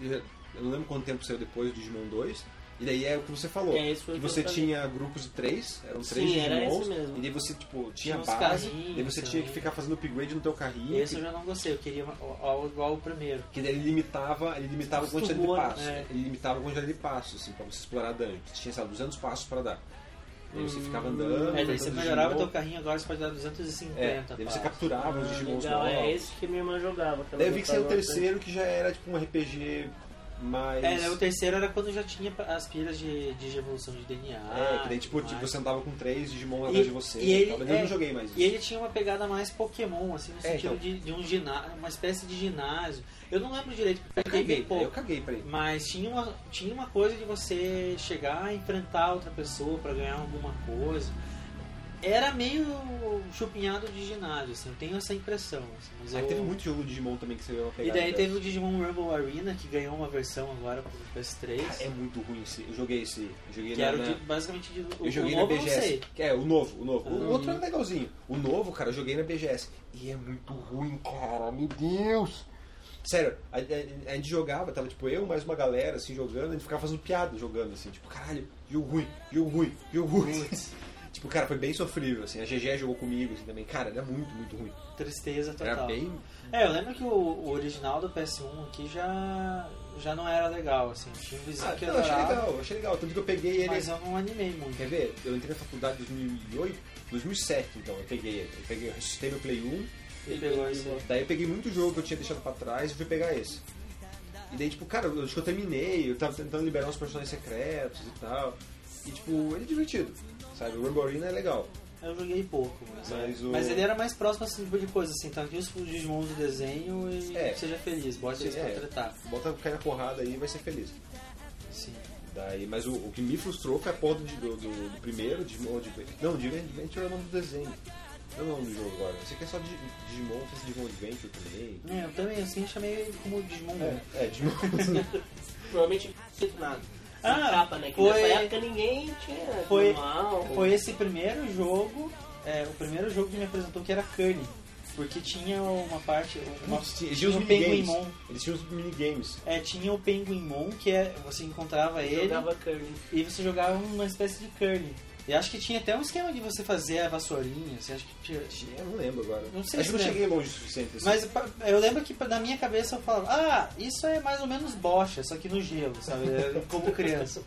Eu não lembro quanto tempo saiu depois do Digimon 2. E daí é o que você falou. É, isso foi que o que eu você falei. tinha grupos de três, eram Sim, três era Digimons, isso mesmo. e daí você tipo, tinha Tinha uns base, carrinhos e daí você tinha que também. ficar fazendo upgrade no teu carrinho, Esse que, eu já não gostei, eu queria uma- ó- ó- igual o primeiro. que daí ele limitava, ele limitava a Os quantidade de tumores, passos. é. Ele limitava a quantidade de passos, assim, pra você explorar dano. Que tinha, sabe, 200 passos pra dar. E daí você ficava andando, É, daí você enfrentando melhorava o Digimon. teu carrinho, agora você pode dar 250. É, daí você pá. capturava os Ah, Digimons legal, é novos. esse que minha irmã jogava. Então, ela Daí eu vi que saiu o gostava terceiro que já era tipo um RPG mais. É, né, o terceiro era quando já tinha as pilhas de, de evolução de DNA. É, que daí e tipo, tudo tipo, mais. você andava com três Digimon Ah, E- atrás de você. né, e ele- tal, mas eu é, não joguei mais isso. E ele tinha uma pegada mais Pokémon, assim, no É, sentido então. de, de um ginásio, uma espécie de ginásio. Eu não lembro direito, porque eu Eu joguei caguei, bem é pouco. É, eu caguei pra ele. Mas tinha uma, tinha uma coisa de você chegar e enfrentar outra pessoa pra ganhar alguma coisa. Era meio chupinhado de ginásio, assim, eu tenho essa impressão. assim, mas Aí eu- teve muito jogo de Digimon também que você então uma E pegada. daí teve dessa. o Digimon Rumble Arena, que ganhou uma versão agora pro Cara, é PS3. muito ruim esse. Eu joguei esse. Eu joguei Que na, era o na- de, basicamente de, o, Eu joguei o na novo, eu não BGS. sei. É, o novo, o novo. Ah. o outro era legalzinho. O novo, cara, eu joguei na BGS. E é muito ruim, cara. Meu Deus! Sério, a, a- a gente jogava, tava tipo eu mais uma galera assim jogando, a gente ficava fazendo piada jogando, assim, tipo, caralho, jogo ruim, jogo ruim, jogo ruim. tipo, cara, foi bem sofrível, assim. A GG jogou comigo assim também. Cara, era muito, muito ruim. Tristeza total. Era bem. É, eu lembro que o, o original do PS1 aqui já, já não era legal, assim. Tinha um vizinho Ah, que não, achei adorava, legal, achei legal. Tanto que eu peguei ele. mas é eu não animei muito. Quer ver? Eu entrei na faculdade em 2008, 2007, então eu peguei ele. Eu peguei, eu ressuscitei meu Play 1, Ele pegou esse. daí eu peguei muito jogo que eu tinha deixado pra trás e fui pegar esse. E daí, tipo, cara, eu acho que eu terminei, eu tava tentando liberar uns personagens secretos e tal. E, tipo, ele é divertido, sabe? O Rumble Arena é legal. Eu joguei pouco, mas, Mas mas, o- ele era mais próximo assim, tipo de coisa, assim, tá aqui os Digimon do desenho e É. seja feliz, bote eles É. pra tratar. Bota cair na porrada aí e vai ser feliz. Sim. Daí, mas o, o que me frustrou foi a porra do, do, do- do primeiro Digimon. De, não, Digimon Adventure é o nome do desenho. Não é o nome do jogo agora. Você quer só Dig- Digimon, fez Digimon Adventure também. É, eu também assim chamei ele como Digimon. É, é Digimon. também. Provavelmente não tinha nada. Ah, Na capa, né? Que foi- nessa época ninguém tinha. Foi- Normal. Foi esse primeiro jogo, é, o primeiro jogo que me apresentou que era Cunning. Porque tinha uma parte. um, Uma, Putz, tinha- tinha os o minigames. Penguinmon. Eles tinham os minigames. É, tinha o Penguinmon, que é. Você encontrava ele Jogava curling. e você jogava uma espécie de Cunning. E acho que tinha até um esquema de você fazer a vassourinha, assim, acho que tinha. Eu não lembro agora. Não sei Acho se que eu lembra. não cheguei longe o suficiente. assim. Mas pa- eu lembro que pa- na minha cabeça eu falava, ah, isso é mais ou menos bocha, só que no gelo, sabe? É Como criança.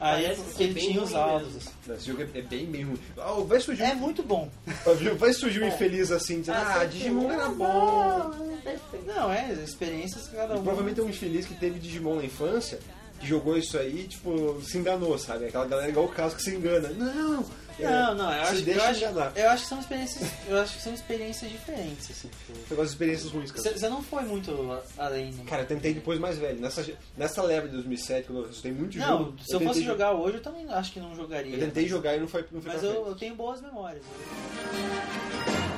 Aí é Parece porque ele bem tinha os ruim alvos. mesmo. Esse jogo é é bem bem ruim. Ah, vai surgir, É muito bom. viu? vai surgir um infeliz assim, dizendo, ah, Digimon era bom. Não, é, experiências que cada E um. provavelmente é um infeliz que teve Digimon na infância, que jogou isso aí, tipo, se enganou, sabe? Aquela galera igual o caso que se engana. Não! É, Não, não, eu se acho, eu, deixa acho, enganar. eu acho que são experiências. Eu acho que são experiências diferentes, assim. tipo, Eu gosto de experiências ruins, cara. Você você não foi muito a- além. né? Cara, eu tentei depois mais velho. Nessa, nessa leva de 2007, quando eu assustei muito jogo... Não, se eu tentei fosse jo- jogar hoje, eu também acho que não jogaria. Eu tentei jogar e não foi, não foi Mas pra eu, frente. eu tenho boas memórias. né?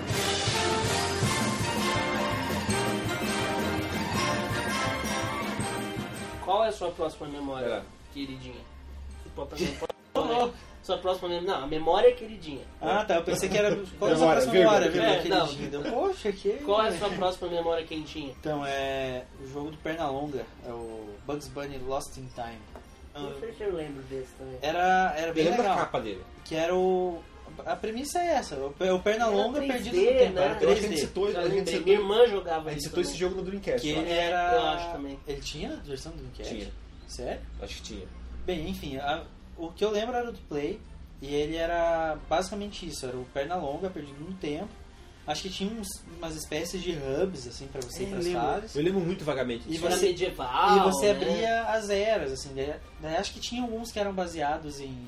Qual é a sua próxima memória, É. queridinha? Pô, pra mim, pode- Sua próxima memória. Não, a memória é queridinha. Ah, tá. Eu pensei que era. Qual é a sua Memória, próxima vírgula. memória, viu? É, Aquele não. dia. Poxa, que. Qual é a sua próxima memória quentinha? Então, é o jogo do Pernalonga, é o Bugs Bunny Lost in Time. Ah. Não sei se Ah, eu lembro desse também. É Era, era Eu bem lembro da legal, capa dele. que era o... A premissa é essa, o Pe- o Pernalonga Era 3D, perdido no tempo, né? era Eu acho que a gente 3D. citou, Já a gente lembrei. citou, Minha irmã jogava a gente isso citou esse também. jogo no Dreamcast, Que eu ele é acho. era... Eu acho também. Ele tinha a versão do Dreamcast? Tinha. Sério? Acho que tinha. Bem, enfim, a- o que eu lembro era do Play, e ele era basicamente isso, era o Pernalonga perdido no tempo. Acho que tinha uns- umas espécies de hubs, assim, pra você ir pras fases. Eu lembro muito vagamente E disso. Isso era você- medieval. Ah, e você é. né? abria as eras, assim. Daí, daí acho que tinha alguns que eram baseados em,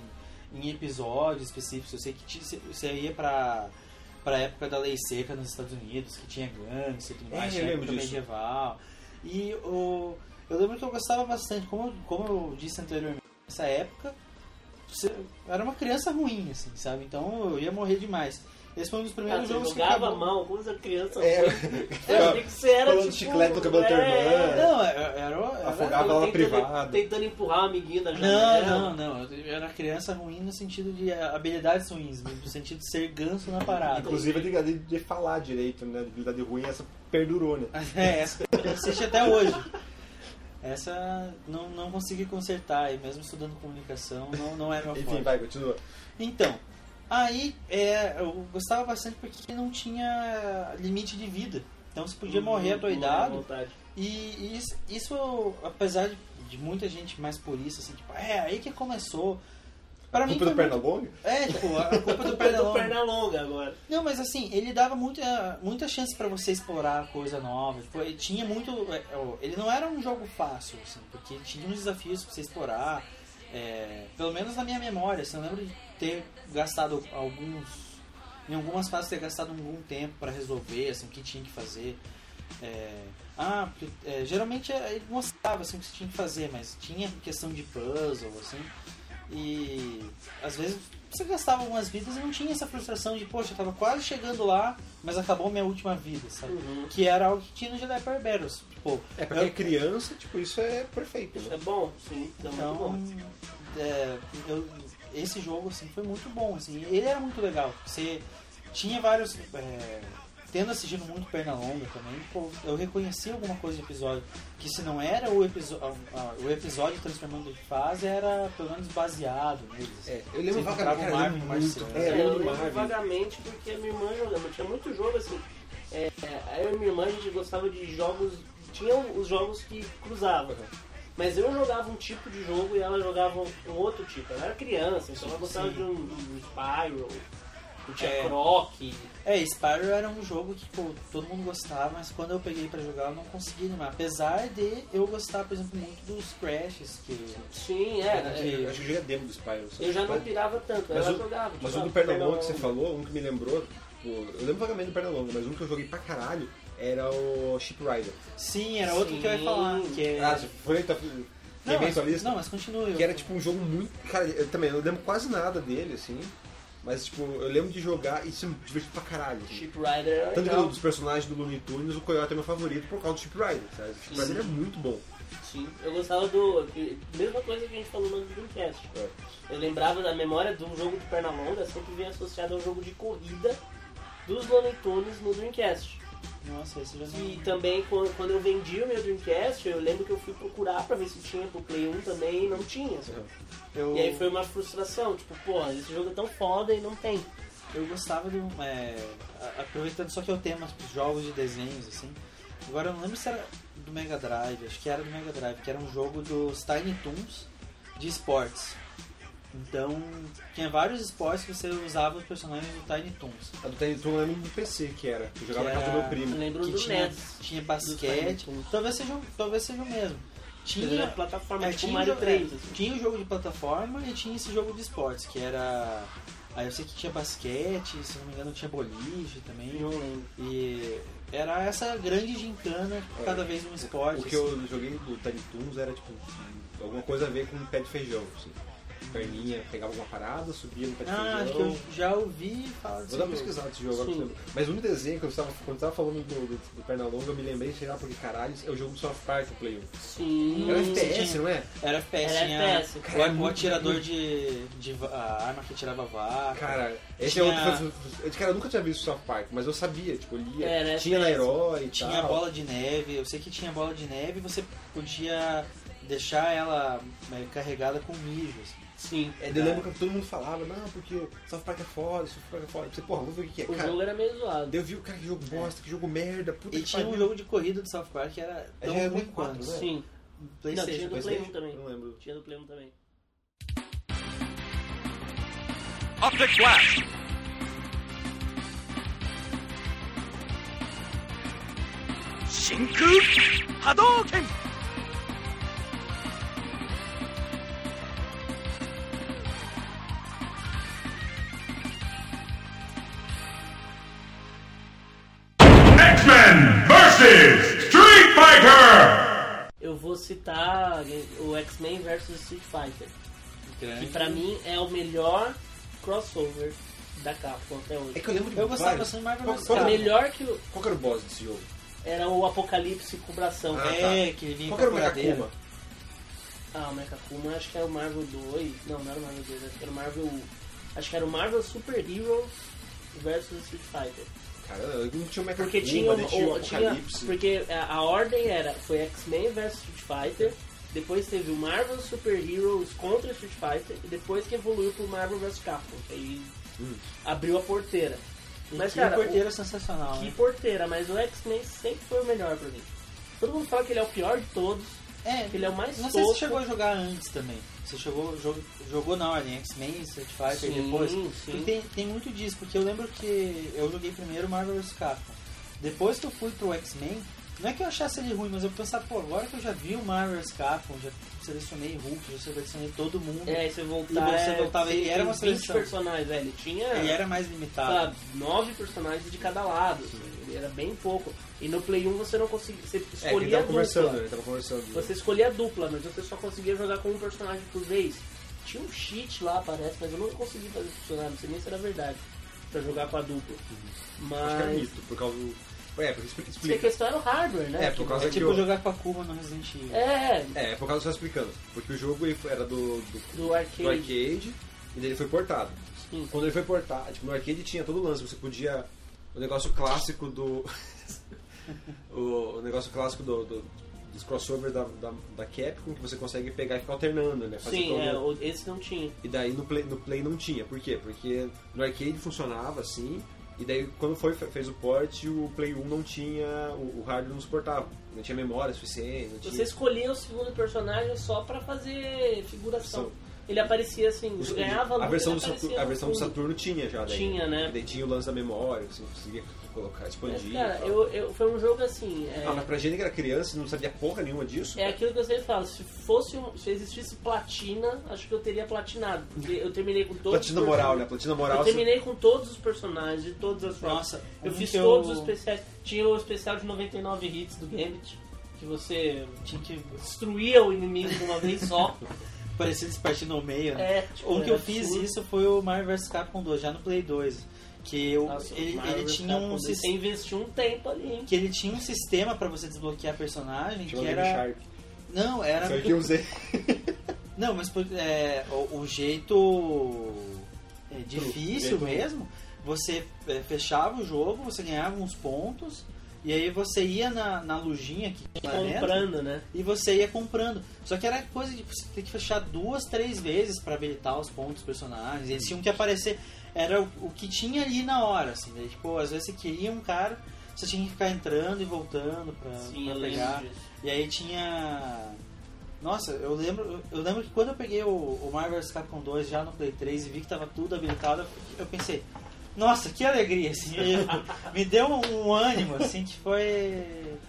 em episódios específicos. Eu sei que tinha, você- você ia pra, pra época da lei seca nos Estados Unidos, que tinha gangues e tudo É, mais, eu tinha lembro época disso. medieval. E o, eu lembro que eu gostava bastante, como, eu- como eu disse anteriormente, nessa época você- eu era uma criança ruim, assim, sabe? Então eu ia morrer demais. Esse foi um dos Ah, primeiros você jogos que jogava acabou. mal, como essa criança. É. Eu achei que você era Falando tipo, chiclete no cabelo da tua irmã. Não, é, era, era, Afogava ela tentando- privada. Tentando empurrar o amiguinho da janela. Não, não, não. Eu era criança ruim no sentido de eh, habilidades ruins, no sentido de ser ganso na parada. Inclusive, a de, de falar direito, né? A habilidade ruim, essa perdurou, né? É, essa persiste até hoje. Essa não, não consegui consertar, e mesmo estudando comunicação, não, não era uma Enfim, vai, continua. Então, aí é, eu gostava bastante porque não tinha limite de vida. Então você Hum, podia morrer adoidado. E isso, isso, apesar de, de muita gente mais purista, assim, tipo, é aí que começou. Pra mim Culpa do foi muito- Pernalonga? É, tipo, a culpa do Tô perdendo Pernalonga. perna longa agora. Não, mas assim, ele dava muita, muita chance pra você explorar coisa nova. Tipo, ele tinha muito. é, é, Ele não era um jogo fácil, assim, porque tinha uns desafios pra você explorar. É, pelo menos na minha memória, assim, eu lembro de ter gastado alguns. Em algumas fases ter gastado algum tempo pra resolver, assim, o que tinha que fazer. É, ah, porque, é, geralmente é, ele mostrava assim, o que você tinha que fazer, mas tinha questão de puzzle, assim. E às vezes você gastava algumas vidas e não tinha essa frustração de, poxa, eu tava quase chegando lá, mas acabou minha última vida, sabe? Uhum. Que era algo que tinha no Jedi Power Battles. Tipo, É, pra quem é criança, tipo, isso é perfeito, Isso é né? bom? Sim, então, então, muito bom. é, eu- esse jogo assim, foi muito bom. Assim, ele era muito legal. Você tinha vários. é, tendo assistido muito Pernalonga também, pô, eu reconheci alguma coisa de episódio. Que se não era o, episo- a- a- o episódio transformando de fase, era pelo menos baseado neles. assim. É, eu lembro Você vaga- encontrava cara, o eu lembro Marvin muito. Marciano. É, eu É, eu lembro do lembro Marvin. vagamente porque a minha irmã jogava. Tinha muito jogo assim. É, aí eu e minha irmã a gente gostava de jogos. Tinham os jogos que cruzavam. Mas eu jogava um tipo de jogo e ela jogava um outro tipo. Ela era criança, então ela gostava Sim. de um, um Spyro, do Tia É. Croc. É, Spyro era um jogo que pô, todo mundo gostava, mas quando eu peguei pra jogar eu não consegui animar. Apesar de eu gostar, por exemplo, muito dos Crashes, que Sim, era. É, é. Eu acho que eu joguei a demo do Spyro. só. Eu já não pirava tanto, Mas ela o- jogava. Mas o jogava do Pernalonga que você Pernalonga. falou, um que me lembrou, tipo, eu lembro vagamente do Pernalonga, mas um que eu joguei pra caralho era o Ship Rider. sim, era outro que eu ia falar. Sim. Que é... Ah, você foi, tá, não, queimei mas, sua lista? não, mas continua. eu- Que era tipo um jogo muito. Cara, eu também eu não lembro quase nada dele, assim. Mas tipo, eu lembro de jogar e isso é divertido pra caralho. assim. um Chip Rider era Tanto que um legal. dos personagens do Looney Tunes, o Coyote é meu favorito por causa do Chip Rider, sabe? O Chip Sim. Rider é muito bom. Sim, eu gostava do. Mesma coisa que a gente falou no Dreamcast. É. Eu lembrava da memória do jogo de Pernalonga, sempre vem associado ao jogo de corrida dos Looney Tunes no Dreamcast. Nossa, esse já E não... também quando quando eu vendi o meu Dreamcast, eu lembro que eu fui procurar pra ver se tinha pro Play 1 também e não tinha. sabe? eu, E aí foi uma frustração, tipo, pô, esse jogo é tão foda e não tem. eu gostava de um. é, a- aproveitando só que eu tenho tipo, jogos de desenhos, assim. Agora eu não lembro se era do Mega Drive, acho que era do Mega Drive, que era um jogo dos Tiny Toons de esportes. Então, tinha vários esportes que você usava os personagens do Tiny Toons. A do Tiny Toon eu lembro do PC que era. Que eu jogava na casa do era- meu Eu primo. lembro que do tinha, NES. tinha Tiny basquete. Toons. Talvez seja, um- talvez seja o mesmo. Ele era Tinha, plataforma é, tipo tinha, um Mario jogo, 3. é, assim. tinha o jogo de plataforma e tinha esse jogo de esportes, que era. Aí eu sei que tinha basquete, se não me engano tinha boliche também. um- Não lembro. E era essa grande gincana, É. cada vez um esporte. O que eu joguei do Tiny Toons era tipo alguma coisa a ver com pé de feijão, assim. Perninha, pegava alguma parada, subia no pé de Ah, acho que feijão. eu já ouvi falar desse Vou dar uma jogo. pesquisada desse jogo. agora Sim. pra você. Mas um desenho que eu estava, quando eu estava falando do, do, do Pernalonga, eu me lembrei, sei lá, porque caralho, é o jogo do South Park, o Play 1. Sim. Era Hum, FPS, tinha. não é? Era FPS, Era tinha FPS, o- cara, é o, muito atirador de, de va- a arma que tirava vaca. Cara, esse Tinha- é outro. foi- foi- Cara, eu nunca tinha visto South Park, mas eu sabia, tipo, eu lia. Era tinha na FPS. herói e Tinha tal. bola de neve, eu sei que tinha bola de neve, você podia deixar ela é, carregada com mijo. assim. Sim. É, eu lembro que todo mundo falava, não, porque South Park é foda, South Park é foda. Você, porra, vamos ver o que que é. O Cara, jogo era meio zoado. daí eu vi o cara que jogo bosta, que jogo merda, puta E que tinha um pariu. jogo de corrida do South Park que era É, tão já era ruim do quatro, quanto. né? Sim. PlayStation. Não, tinha do Play 1 também. Não lembro. Tinha do Play 1 também. Object Glass. Shinku Hadouken. X-Men versus Street Fighter! Eu vou citar o X-Men vs Street Fighter, que pra mim é o melhor crossover da Capcom até É hoje. que eu lembro de Eu gostava vários. bastante de Marvel Qual- vs. qual É era- melhor que o... Qual que era o boss desse jogo? Era o Apocalipse com o bração. Ah, É, que ele vinha Qual com que era o a curadeira. Mekakuma? Ah, o Mekakuma acho que era o Marvel 2. Não, não era o Marvel um. 2, acho que era o Marvel... Acho que era o Marvel Super Heroes vs Street Fighter. Cara, eu não tinha o Mecha Porque Kuma, tinha, o, daí tinha o um o- tinha- Apocalipse. É, Porque é, a, a ordem era, foi X-Men versus Street Fighter, depois teve o Marvel Super Heroes contra Street Fighter, e depois que evoluiu pro Marvel vs Capcom. Aí abriu a porteira. Mas, que cara, Hum. porteira o- sensacional. que né? porteira, mas o X-Men sempre foi o melhor pra mim. Todo mundo fala que ele é o pior de todos. É, Ele é o mais Não sei se tosco. você chegou a jogar antes também. Você chegou, jogou, jogou na ordem, X-Men, Street Fighter Sim, depois. sim. Porque Tem, tem muito disso, porque eu lembro que eu joguei primeiro Marvel vs Capcom. Depois que eu fui pro X-Men, não é que eu achasse ele ruim, mas eu pensava, pô, agora que eu já vi o Marvel vs Capcom, já selecionei Hulk, já selecionei todo mundo. É, aí você Uhum. E voltava. você voltava, e era uma seleção. personagens, é, ele tinha. Ele era mais limitado. sabe, nove personagens de cada lado. assim, Ele era bem pouco. E no Play 1 você não conseguia. Você É, que ele escolhia tava a dupla. conversando, né? ele tava conversando. Você escolhia a dupla, mas você só conseguia jogar com um personagem por vez. Tinha um cheat lá, parece, mas eu não consegui fazer funcionar, não sei nem se era verdade. Pra jogar com a dupla. Uhum. Acho que era Mas. mito, por causa do... É, porque explica... Porque a explica. questão era o hardware, né? É, por causa É que tipo o- jogar com a Cuba no Resident Evil. É, É, é por causa só explicando. Porque o jogo ele foi- era do, do, do arcade. do arcade e daí ele foi portado. Sim. Quando ele foi portado, tipo, no arcade tinha todo o lance, você podia. O negócio clássico do. o, o negócio clássico do, do- dos crossovers da, da, da Capcom que você consegue pegar e ficar alternando, né? Fazer Sim, todo- é, o- esse não tinha. E daí no play, no play não tinha. Por quê? Porque no arcade funcionava assim, e daí quando foi, fe- fez o port, o Play 1 não tinha. O, o hardware não suportava. Não tinha memória suficiente, não tinha. Você escolhia o segundo personagem só pra fazer figuração. São- Ele aparecia assim, Os- ganhava a luz, versão, ele do Saturno, aparecia a no versão do fundo. Saturno tinha já, daí. Tinha, né? E daí tinha o lance da memória, que você conseguia colocar, Mas, expandir. e cara, tal. eu, eu, foi um jogo assim. É, Ah, mas pra gente que era criança e não sabia porra nenhuma disso. é aquilo que eu sempre falo: se fosse um- se existisse platina, acho que eu teria platinado. Porque eu terminei com todos. platina os moral, person- né? Platina moral. Eu terminei com todos os personagens de todas as fases. Nossa, Eu um fiz que todos eu- os especiais. Tinha o especial de 99 hits do Gambit, que você Tinha que destruía o inimigo de uma vez só. parecia despartir no meio. né? É, tipo, Um que eu era fiz absurdo. isso foi o Marvel vs Capcom 2, já no Play 2. Que eu, Nossa, ele, Marvel ele tinha Capcom um dois. Você sistema. investiu um tempo ali, hein? Que ele tinha um sistema pra você desbloquear personagem Tinha o que Game era. Shark. um Não, era. Foi o que eu usei. Não, mas por- é, o, o jeito é, difícil jeito- mesmo, você é, fechava o jogo, você ganhava uns pontos, e aí você ia na, na lojinha que tinha lá dentro, Comprando, né? e você ia comprando. Só que era coisa de você ter que fechar duas, três vezes pra habilitar os pontos dos personagens. Eles tinham que aparecer. Era o, o que tinha ali na hora, assim. Daí, tipo, às vezes você queria um cara, você tinha que ficar entrando e voltando pra, Sim, Ah, pra eu lembro pegar. disso. E aí tinha. Nossa, eu lembro, eu lembro que quando eu peguei o, o Marvel vs Capcom 2 já no Play 3 e vi que tava tudo habilitado, eu, eu pensei, nossa, que alegria, assim, eu- me deu um, ânimo, assim, que foi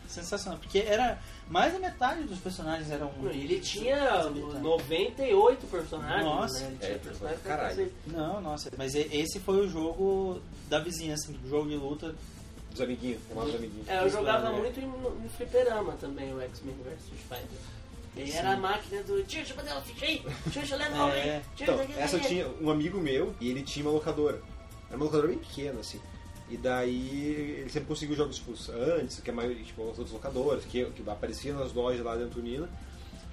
sensacional, porque era mais da metade dos personagens eram Ele tinha habilitados. 98 personagens. tá. Nossa. né? Ele É, tinha foi personagens pra caralho. cacete. Não, nossa, mas e- esse foi o jogo da vizinhança, assim, jogo de luta. Dos amiguinhos, chamava os amiguinhos. É, eu jogava Né? muito em, no fliperama também, o X-Men vs Street Fighter. E aí era a máquina do tio, deixa eu fazer uma ficha aí, tio, deixa eu levar uma aí, É. tio, Então, isso aqui, isso essa eu aqui." tinha um amigo meu e ele tinha uma locadora. Era uma locadora bem pequena, assim. E daí ele sempre conseguiu jogos tipo, antes, que a maioria, tipo, os outros locadores, que, que aparecia nas lojas lá de Antonina.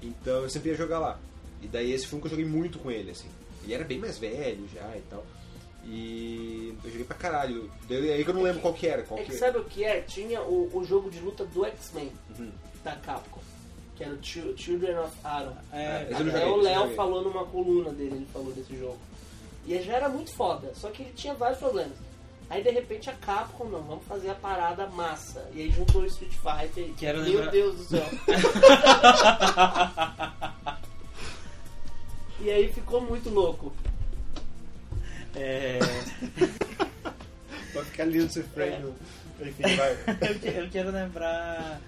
Então eu sempre ia jogar lá. E daí esse foi um que eu joguei muito com ele, assim. Ele era bem mais velho já e tal. E eu joguei pra caralho. Daí aí que eu não lembro qual que era. Qual É que que sabe o que é? Tinha o, o jogo de luta do X-Men, Uhum. da Capcom, que era o Chil- Children of Atom. É, Mas eu não Até o joguei, eu não Léo joguei. falou numa coluna dele, ele falou desse jogo. E já era muito foda, só que ele tinha vários problemas. Aí de repente a Capcom, não, vamos fazer a parada massa. E aí juntou o Street Fighter e Quero meu lembrar- Deus do céu. e aí ficou muito louco. É, Vai ficar lindo esse frame. Enfim, vai. eu, que- eu quero lembrar...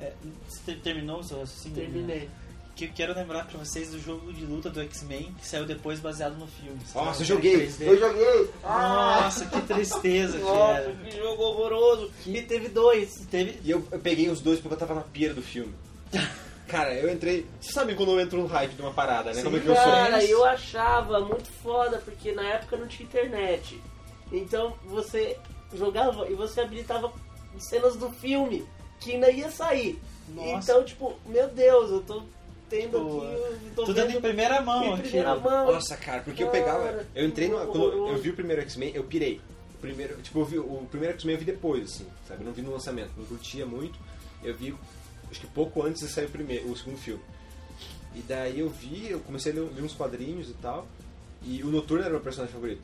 é, você terminou o seu raciocínio? Terminei. que eu quero lembrar pra vocês do jogo de luta do X-Men que saiu depois baseado no filme. Nossa, eu Saiu em joguei! 3D. Eu joguei! Nossa, que tristeza que Nossa, era. que jogo horroroso! E teve dois. Teve... E eu, eu peguei os dois porque eu tava na pira do filme. Cara, eu entrei. Vocês sabem quando eu entro no hype de uma parada, né? Como é que eu sou? Cara, eu achava muito foda, porque na época não tinha internet. Então você jogava e você habilitava cenas do filme que ainda ia sair. Nossa. Então, tipo, meu Deus, eu tô tendo Boa. aqui. eu Tô Tudo vendo em primeira mão em aqui. primeira mão. Nossa, cara, porque eu pegava. Cara, Eu entrei no. que Quando eu horroroso. vi o primeiro X-Men, eu pirei. primeiro. Tipo, eu vi, o primeiro X-Men eu vi depois, assim, sabe? Eu não vi no lançamento, não curtia muito. Eu vi, acho que pouco antes de sair o, primeiro, o segundo filme. E daí eu vi, eu comecei a ler, ler uns quadrinhos e tal. E o Noturno era o meu personagem favorito.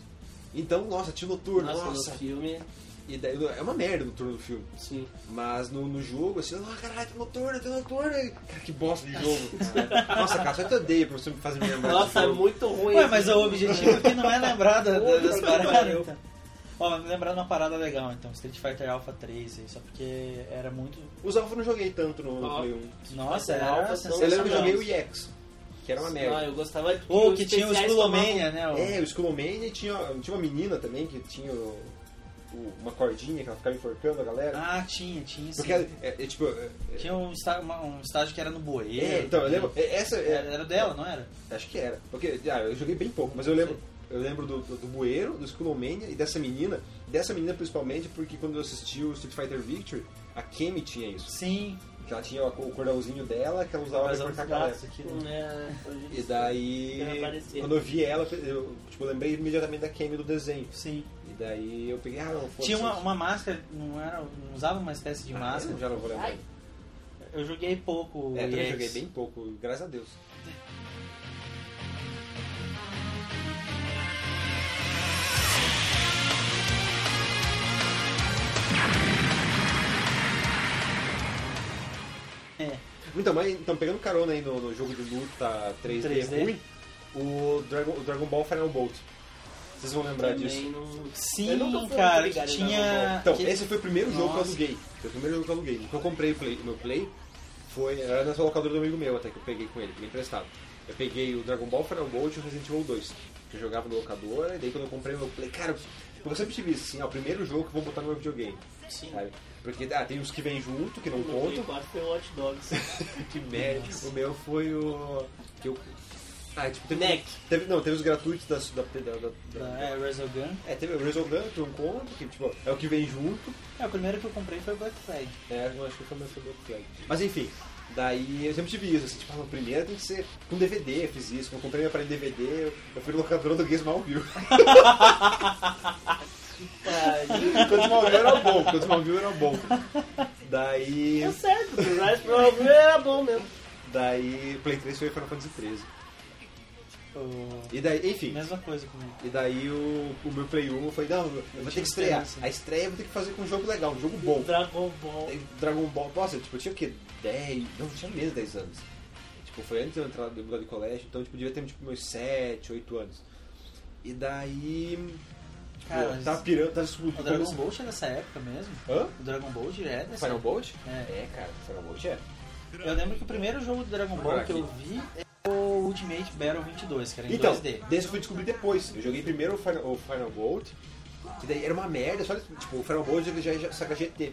Então, nossa, tinha o Noturno, Nossa, nossa. no filme, E daí, é uma merda o Noturno do filme. sim. Mas no, no jogo, assim, ah, caralho, tem noturno, tem noturno. Cara, que bosta de jogo. cara. Nossa, cara, só é eu te odeio pra você me fazer me lembrar Nossa, é desse jogo. muito ruim. Ué, esse mas o filme. objetivo aqui não é lembrar da, da, das Puta que paradas. pariu. Então. Ó, lembrando uma parada legal, então, Street Fighter Alpha 3, aí, só porque era muito. Os Alpha eu não joguei tanto no, no Ó. Play 1. Nossa, é, Fighter era Alpha são- Eu lembro que eu sensacional. joguei o EX, que era uma merda. Ah, eu gostava que Ou os que tinha o especiais Skullomania, né? o- É, o Skullomania e tinha, tinha uma menina também que tinha o- o- uma cordinha que ela ficava enforcando a galera. Ah, tinha, tinha sim. Porque, ela- é, é, tipo... é- Tinha um estágio, uma- um estágio que era no Boeiro. É, então, eu lembro... é, Essa Era, é, era dela, não era? Acho que era. Porque, ah, eu joguei bem pouco, mas eu lembro. Eu lembro do, do, do Bueiro, do Skullomania e dessa menina. Dessa menina principalmente porque quando eu assisti o Street Fighter Victory, a Kemi tinha isso. Sim. Que ela tinha o cordãozinho dela, que ela usava Mas pra os cortar a galera. braços aqui, tomavam- né? É, hoje- E daí, Ela aparecia. quando eu vi ela, eu tipo, lembrei imediatamente da Kemi do desenho. Sim. E daí eu peguei, ah, não, foda-se. Tinha uma, uma máscara, não, era, não usava uma espécie de Ah, máscara. eu já não vou lembrar. Ai. Eu joguei pouco. É, eu também EX. joguei bem pouco, graças a Deus. É. Então, mas, então pegando carona aí no, no jogo de luta 3D, 3D. ruim, o Dragon, o Dragon Ball Final Bolt. Vocês vão lembrar também disso. não- Eu nunca Sim, fui cara, que obrigado em Dragon tinha. Então, que- esse foi o primeiro jogo que eu Nossa. aluguei. Foi o primeiro jogo que eu aluguei. O que eu comprei o Play- meu Play foi. Era nessa locadora do amigo meu até que eu peguei com ele, peguei emprestado. Eu peguei o Dragon Ball Final Bolt e o Resident Evil 2. Que eu jogava na locadora, e daí quando eu comprei meu Play, cara, tipo, eu sempre tive isso, assim, é o primeiro jogo que eu vou botar no meu videogame. Sim. Sabe? Porque ah, tem os que vêm junto, que não No Play contam. 4 foi o Watch Dogs. Que merda. O meu foi o. Que eu... Ah, tipo, teve. Neck. Teve, não, teve os gratuitos da. da, da- da- da- É, Resogun. É, teve o Resolvant, um conto, que tipo, é o que vem junto. É, o primeiro que eu comprei foi o Black Flag. É, eu acho que foi meu segundo flag. Mas enfim, daí eu sempre tive isso, assim, tipo, ah, não, primeiro tem que ser com DVD, eu fiz isso, quando eu comprei meu aparelho DVD, eu, eu fui no locador do Gizmalville. Quanto Malville era bom, quanto Malville era bom. Daí, É certo, o Rise from Hell era é bom mesmo. daí, Play 3 foi Final Fantasy 13. O- E daí, enfim, Mesma coisa comigo. e daí o, o meu Play 1 foi, não, eu vou ter que estrear. A estreia eu vou ter que fazer com um jogo legal, um jogo bom. Dragon Ball. Daí, Dragon Ball, nossa, tipo, eu tinha o quê? 10, não, eu tinha menos de 10 anos. Tipo, foi antes de eu entrar de mudar de colégio, então tipo, devia ter tipo meus 7, 8 anos. E daí. Cara, pô, tá mas- tava pirando, tava subindo. O Dragon Ball é dessa época mesmo? Hã? O Dragon Ball é dessa Final Bolt? É. cara, Final Bolt é. Eu lembro que o primeiro jogo do Dragon Vou Ball jogar que eu aqui. vi é o Ultimate Battle 22, que era em Então, 2D. desse eu fui descobrir depois. Eu joguei primeiro o Final, o Final Bolt, que daí era uma merda, só tipo, o Final Bolt ele já é saca GT.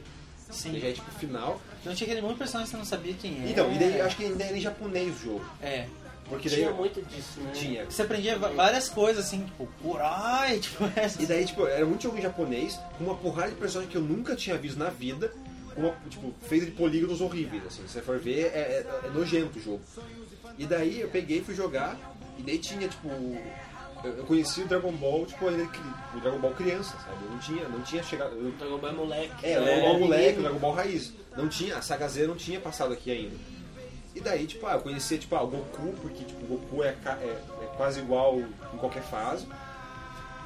Sim. Ele já é tipo final. Então tinha aquele monte de personagem que você não sabia quem era. Então, e daí eu acho que ainda era em japonês o jogo. É. Porque daí. Tinha muito disso, né? Tinha. Você aprendia va- várias coisas, assim, tipo, Kurai, tipo, E essas. daí, tipo, era muito jogo em japonês, com uma porrada de personagem que eu nunca tinha visto na vida, com uma, tipo, feita de polígonos horríveis, assim. Se você for ver, é, é- é nojento o jogo. E daí eu peguei e fui jogar, e daí tinha, tipo. Eu eu conheci o Dragon Ball, tipo, ainda cri- o Dragon Ball criança, sabe? Eu não tinha, não tinha chegado. eu- Dragon Ball é moleque. é, o Dragon Ball moleque, o ninguém- Dragon Ball raiz. Não tinha, a saga Z não tinha passado aqui ainda. E daí, tipo, ah, eu conhecia, tipo, ah, o Goku, porque, tipo, o Goku é, ca- é- é quase igual em qualquer fase.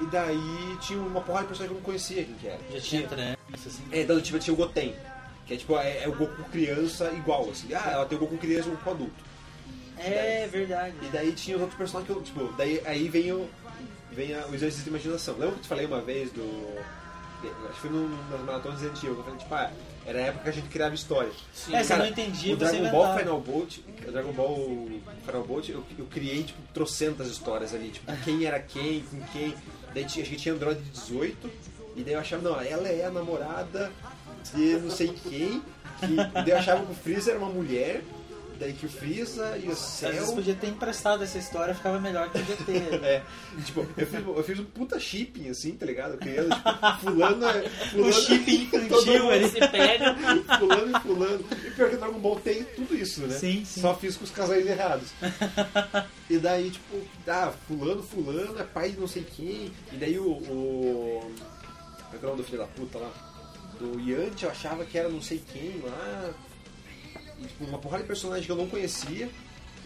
E daí tinha uma porrada de pessoas que eu não conhecia quem que era. Já tinha trânsito, assim. É, então, tipo, tinha o Goten. Que é, tipo, é, é o Goku criança igual, assim. Ah, ela tem o Goku criança e o Goku adulto. É verdade. E daí tinha os outros personagens que eu, tipo, daí aí vem o. Vem a, o exercício de imaginação. Lembra que eu te falei uma vez do. Acho que foi num- nas maratonas antigas, eu falei, tipo, ah, era a época que a gente criava história. Sim. É, você Cara, não entendia, você o Dragon Ball inventava. Final Bolt, o Dragon Ball Final Bolt, eu, eu criei tipo trocentas histórias ali, tipo, quem era quem, com quem. Daí tinha, acho que tinha Android 18, e daí eu achava, não, ela é a namorada de não sei quem, que, daí eu achava que o Freeza era uma mulher, daí que o Freeza e o Às vezes Cell. podia ter emprestado essa história, ficava melhor que o né? GT. É, tipo, eu fiz, eu fiz um puta shipping assim, tá ligado? Criando, tipo, fulano é. Fulano, o chip todo Um infantil mundo ali. Se pega, Fulano e fulano. E pior que o Dragon Ball tem tudo isso, né? Sim, sim. Só fiz com os casais errados. e daí, tipo, ah, fulano, fulano, é pai de não sei quem. E daí o. o... Como é que é o nome do filho da puta lá? Do Yanti, eu achava que era não sei quem lá. E, tipo, uma porrada de personagem que eu não conhecia,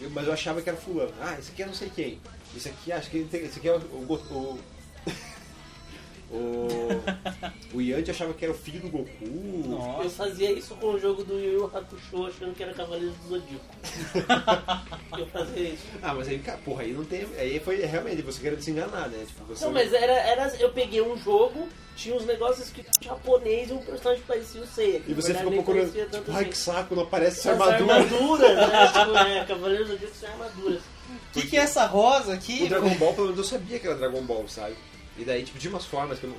eu- mas eu achava que era fulano. Ah, esse aqui é não sei quem. Esse aqui acho que ele tem- esse aqui é o. o, Go- o o, o Yanti achava que era o filho do Goku. Nossa. Eu fazia isso com o jogo do Yu Yu Hakusho achando que era Cavaleiro do Zodíaco. eu fazia isso. Ah, mas aí, cara, porra, aí não tem. Aí foi realmente, você queria se enganar, né? Tipo, você Não, mas era, era. Eu peguei um jogo, tinha uns negócios escritos em japonês e um personagem parecia o Seiya. que E na você verdade ficou nem procurando. conhecia Tipo, tanto ai assim. que saco, não aparece essa As armadura. armaduras, né? tipo, é, Cavaleiro do Zodíaco são armaduras. O que, que é essa rosa O aqui? Dragon Ball, pelo menos eu sabia que era Dragon Ball, sabe? E daí, tipo, de umas formas que eu não.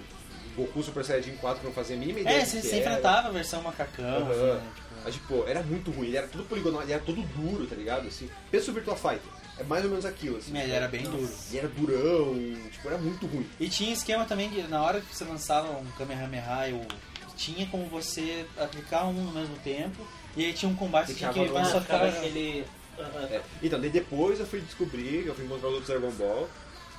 Goku Super Saiyajin 4 que eu não fazia a mínima ideia. É, do você que você era. enfrentava a versão macacão. Aham. né, tipo, Mas, tipo, era muito ruim, ele era todo poligonal, ele era todo duro, tá ligado? Assim, pensa o Virtua Fighter, é mais ou menos aquilo, assim. Ele era bem duro. E era durão, tipo, era muito ruim. E tinha esquema também de, na hora que você lançava um Kamehameha, eu, tinha como você aplicar um no mesmo tempo, e aí tinha um combate E que tinha que tinha vai valor, Ah, só ficava ficar. aquele. aham. É. Então, daí depois eu fui descobrir, eu fui encontrar os outros Dragon Ball.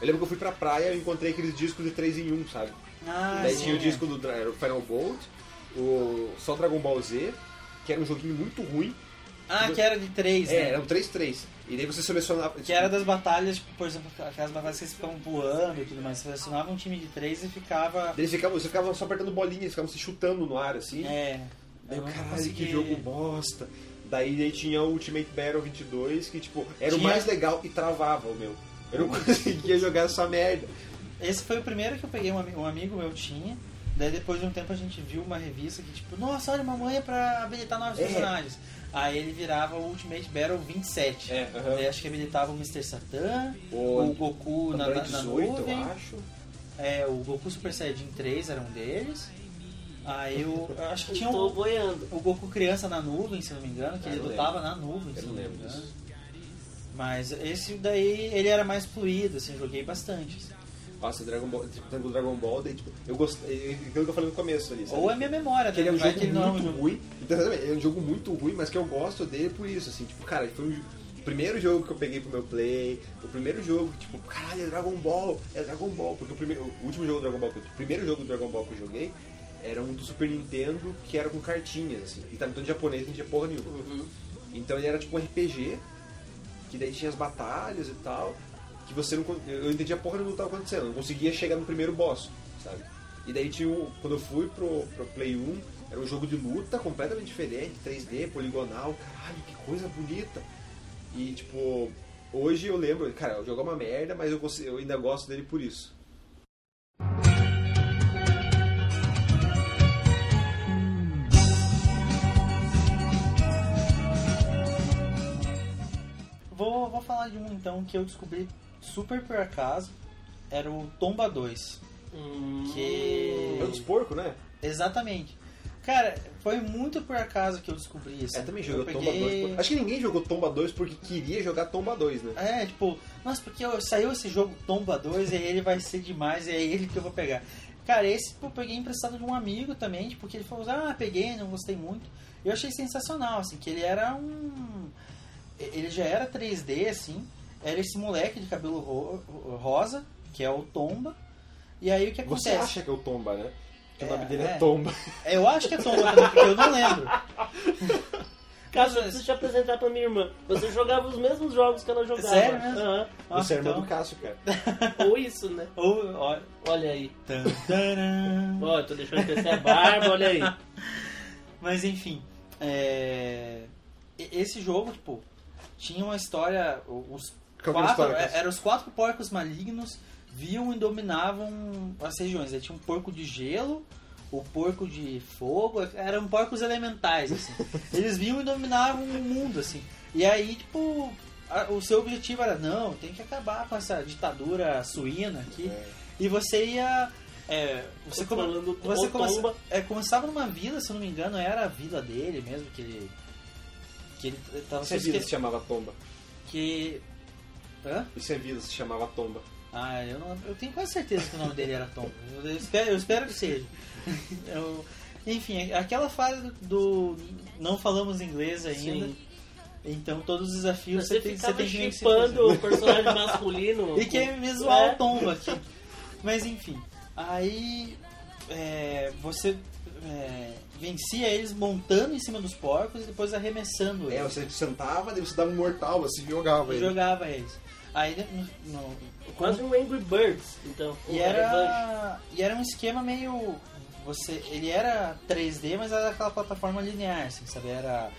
Eu lembro que eu fui pra praia e encontrei aqueles discos de 3 em 1, sabe? Ah, Daí sim, tinha o é. disco do Dra- era o Final Bolt, o só Dragon Ball Z, que era um joguinho muito ruim. Ah, que era de três, É, né? eram 3-3. E daí você selecionava. Que era das batalhas, tipo, por exemplo, aquelas batalhas que eles ficavam voando e tudo mais. Você selecionava um time de três e ficava. Eles ficavam, você ficava só apertando bolinhas, ficavam se chutando no ar, assim. É. Daí, eu não caralho, consegui. que jogo bosta. Daí, daí tinha o Ultimate Battle 22, que tipo, era o Tinha- mais legal e travava o meu. Eu não conseguia jogar essa merda. Esse foi o primeiro que eu peguei, um, ami- um amigo meu tinha. Daí depois de um tempo a gente viu uma revista que tipo, nossa, olha, uma manha pra habilitar novos É. personagens. Aí ele virava o Ultimate Battle 27. É, aham. Daí acho que habilitava o Mr. Satan, O- É, o, Goku na, um Android na, na 18, nuvem, eu acho. é, o Goku Super Saiyajin 3 era um deles. Aí eu, eu acho que tinha Tô um, boiando. o Goku criança na nuvem, se não me engano, que Ah, ele eu não lutava na nuvem, Eu se não não me lembro engano. disso. Mas esse daí ele era mais fluido, assim, eu joguei bastante. assim. Nossa, Dragon Ball, tipo, tanto Dragon Ball, daí, tipo, eu gostei. Aquilo que eu falei no começo ali. sabe? Ou é minha memória, né? Que ele é um Vai jogo que ele não é um muito jogo- ruim. Então, exatamente, ele é um jogo muito ruim, mas que eu gosto dele por isso, assim, tipo, cara, foi um jo- o primeiro jogo que eu peguei pro meu play, o primeiro jogo, tipo, caralho, é Dragon Ball, é Dragon Ball, porque o, primeiro, o último jogo do Dragon Ball, que eu- o primeiro jogo do Dragon Ball que eu joguei era um do Super Nintendo que era com cartinhas, assim, e tava todo em japonês, não tinha porra nenhuma. Uhum. Então ele era tipo um RPG, que daí tinha as batalhas e tal, que você não. con- Eu entendia porra nenhuma do que tava acontecendo, eu não conseguia chegar no primeiro boss, sabe? E daí tinha o, Quando eu fui pro, pro Play 1, era um jogo de luta completamente diferente, 3D, poligonal, caralho, que coisa bonita! E tipo, hoje eu lembro, cara, o jogo é uma merda, mas eu, consi- eu ainda gosto dele por isso. Vou, vou falar de um então que eu descobri super por acaso. Era o Tomba 2. Hum. Que- É um dos porcos, né? Exatamente. Cara, foi muito por acaso que eu descobri isso. É, também Eu jogou Tomba peguei- 2. Acho que ninguém jogou Tomba 2 porque queria jogar Tomba 2, né? É, tipo, nossa, porque eu- saiu esse jogo Tomba 2 e aí ele vai ser demais, e é ele que eu vou pegar. Cara, esse eu peguei emprestado de um amigo também, tipo, porque ele falou, ah, peguei, não gostei muito. Eu achei sensacional, assim, que ele era um. Ele já era 3D, assim, era esse moleque de cabelo ro- ro- rosa, que é o Tomba. E aí o que Você acontece? acha que é o Tomba, né? Que o nome É, dele é é. Tomba. É, Eu acho que é Tomba também, porque eu não lembro. Caso eu preciso te apresentar pra minha irmã. Você jogava os mesmos jogos que ela jogava. Sério mesmo? Aham. Você é irmão então- do Cássio, cara. Ou isso, né? Ou, ó, Olha aí. tan, taran. Ó, eu tô deixando crescer a barba, olha aí. Mas enfim, é... e- esse jogo, tipo, tinha uma história. o- Os Qual que era a quatro, é, história, Cássio? eram os quatro porcos malignos, viam e dominavam as regiões. Aí tinha um porco de gelo, o porco de fogo, eram porcos elementais, assim. Eles vinham e dominavam o mundo, assim. E aí, tipo, a- o seu objetivo era, não, tem que acabar com essa ditadura suína aqui. É. E você ia. é, você Tô come- falando você o começa- Tomba. é, começava numa vila, se eu não me engano, era a vila dele mesmo, que ele. Que ele tava Isso é vida, se chamava Tomba. Que. Hã? Isso é vida, se chamava Tomba. Ah, eu não. Eu tenho quase certeza que o nome dele era Tom. Eu espero, eu espero que seja. Eu- enfim, aquela fase do, do Não falamos inglês ainda. Sim. Então todos os desafios Você tem, ficava tem que meio que se chipando o personagem masculino. Né? E que é me É. zoar o tomba aqui. Mas enfim. Aí. é, você é, vencia eles montando em cima dos porcos e depois arremessando É, eles. você sentava, daí você dava um mortal, assim, e jogava e ele. jogava eles. Aí no, no- Quase um Angry Birds, então. e um Revanche. era e era um esquema meio você ele era 3D, mas era aquela plataforma linear, assim, sabe? Era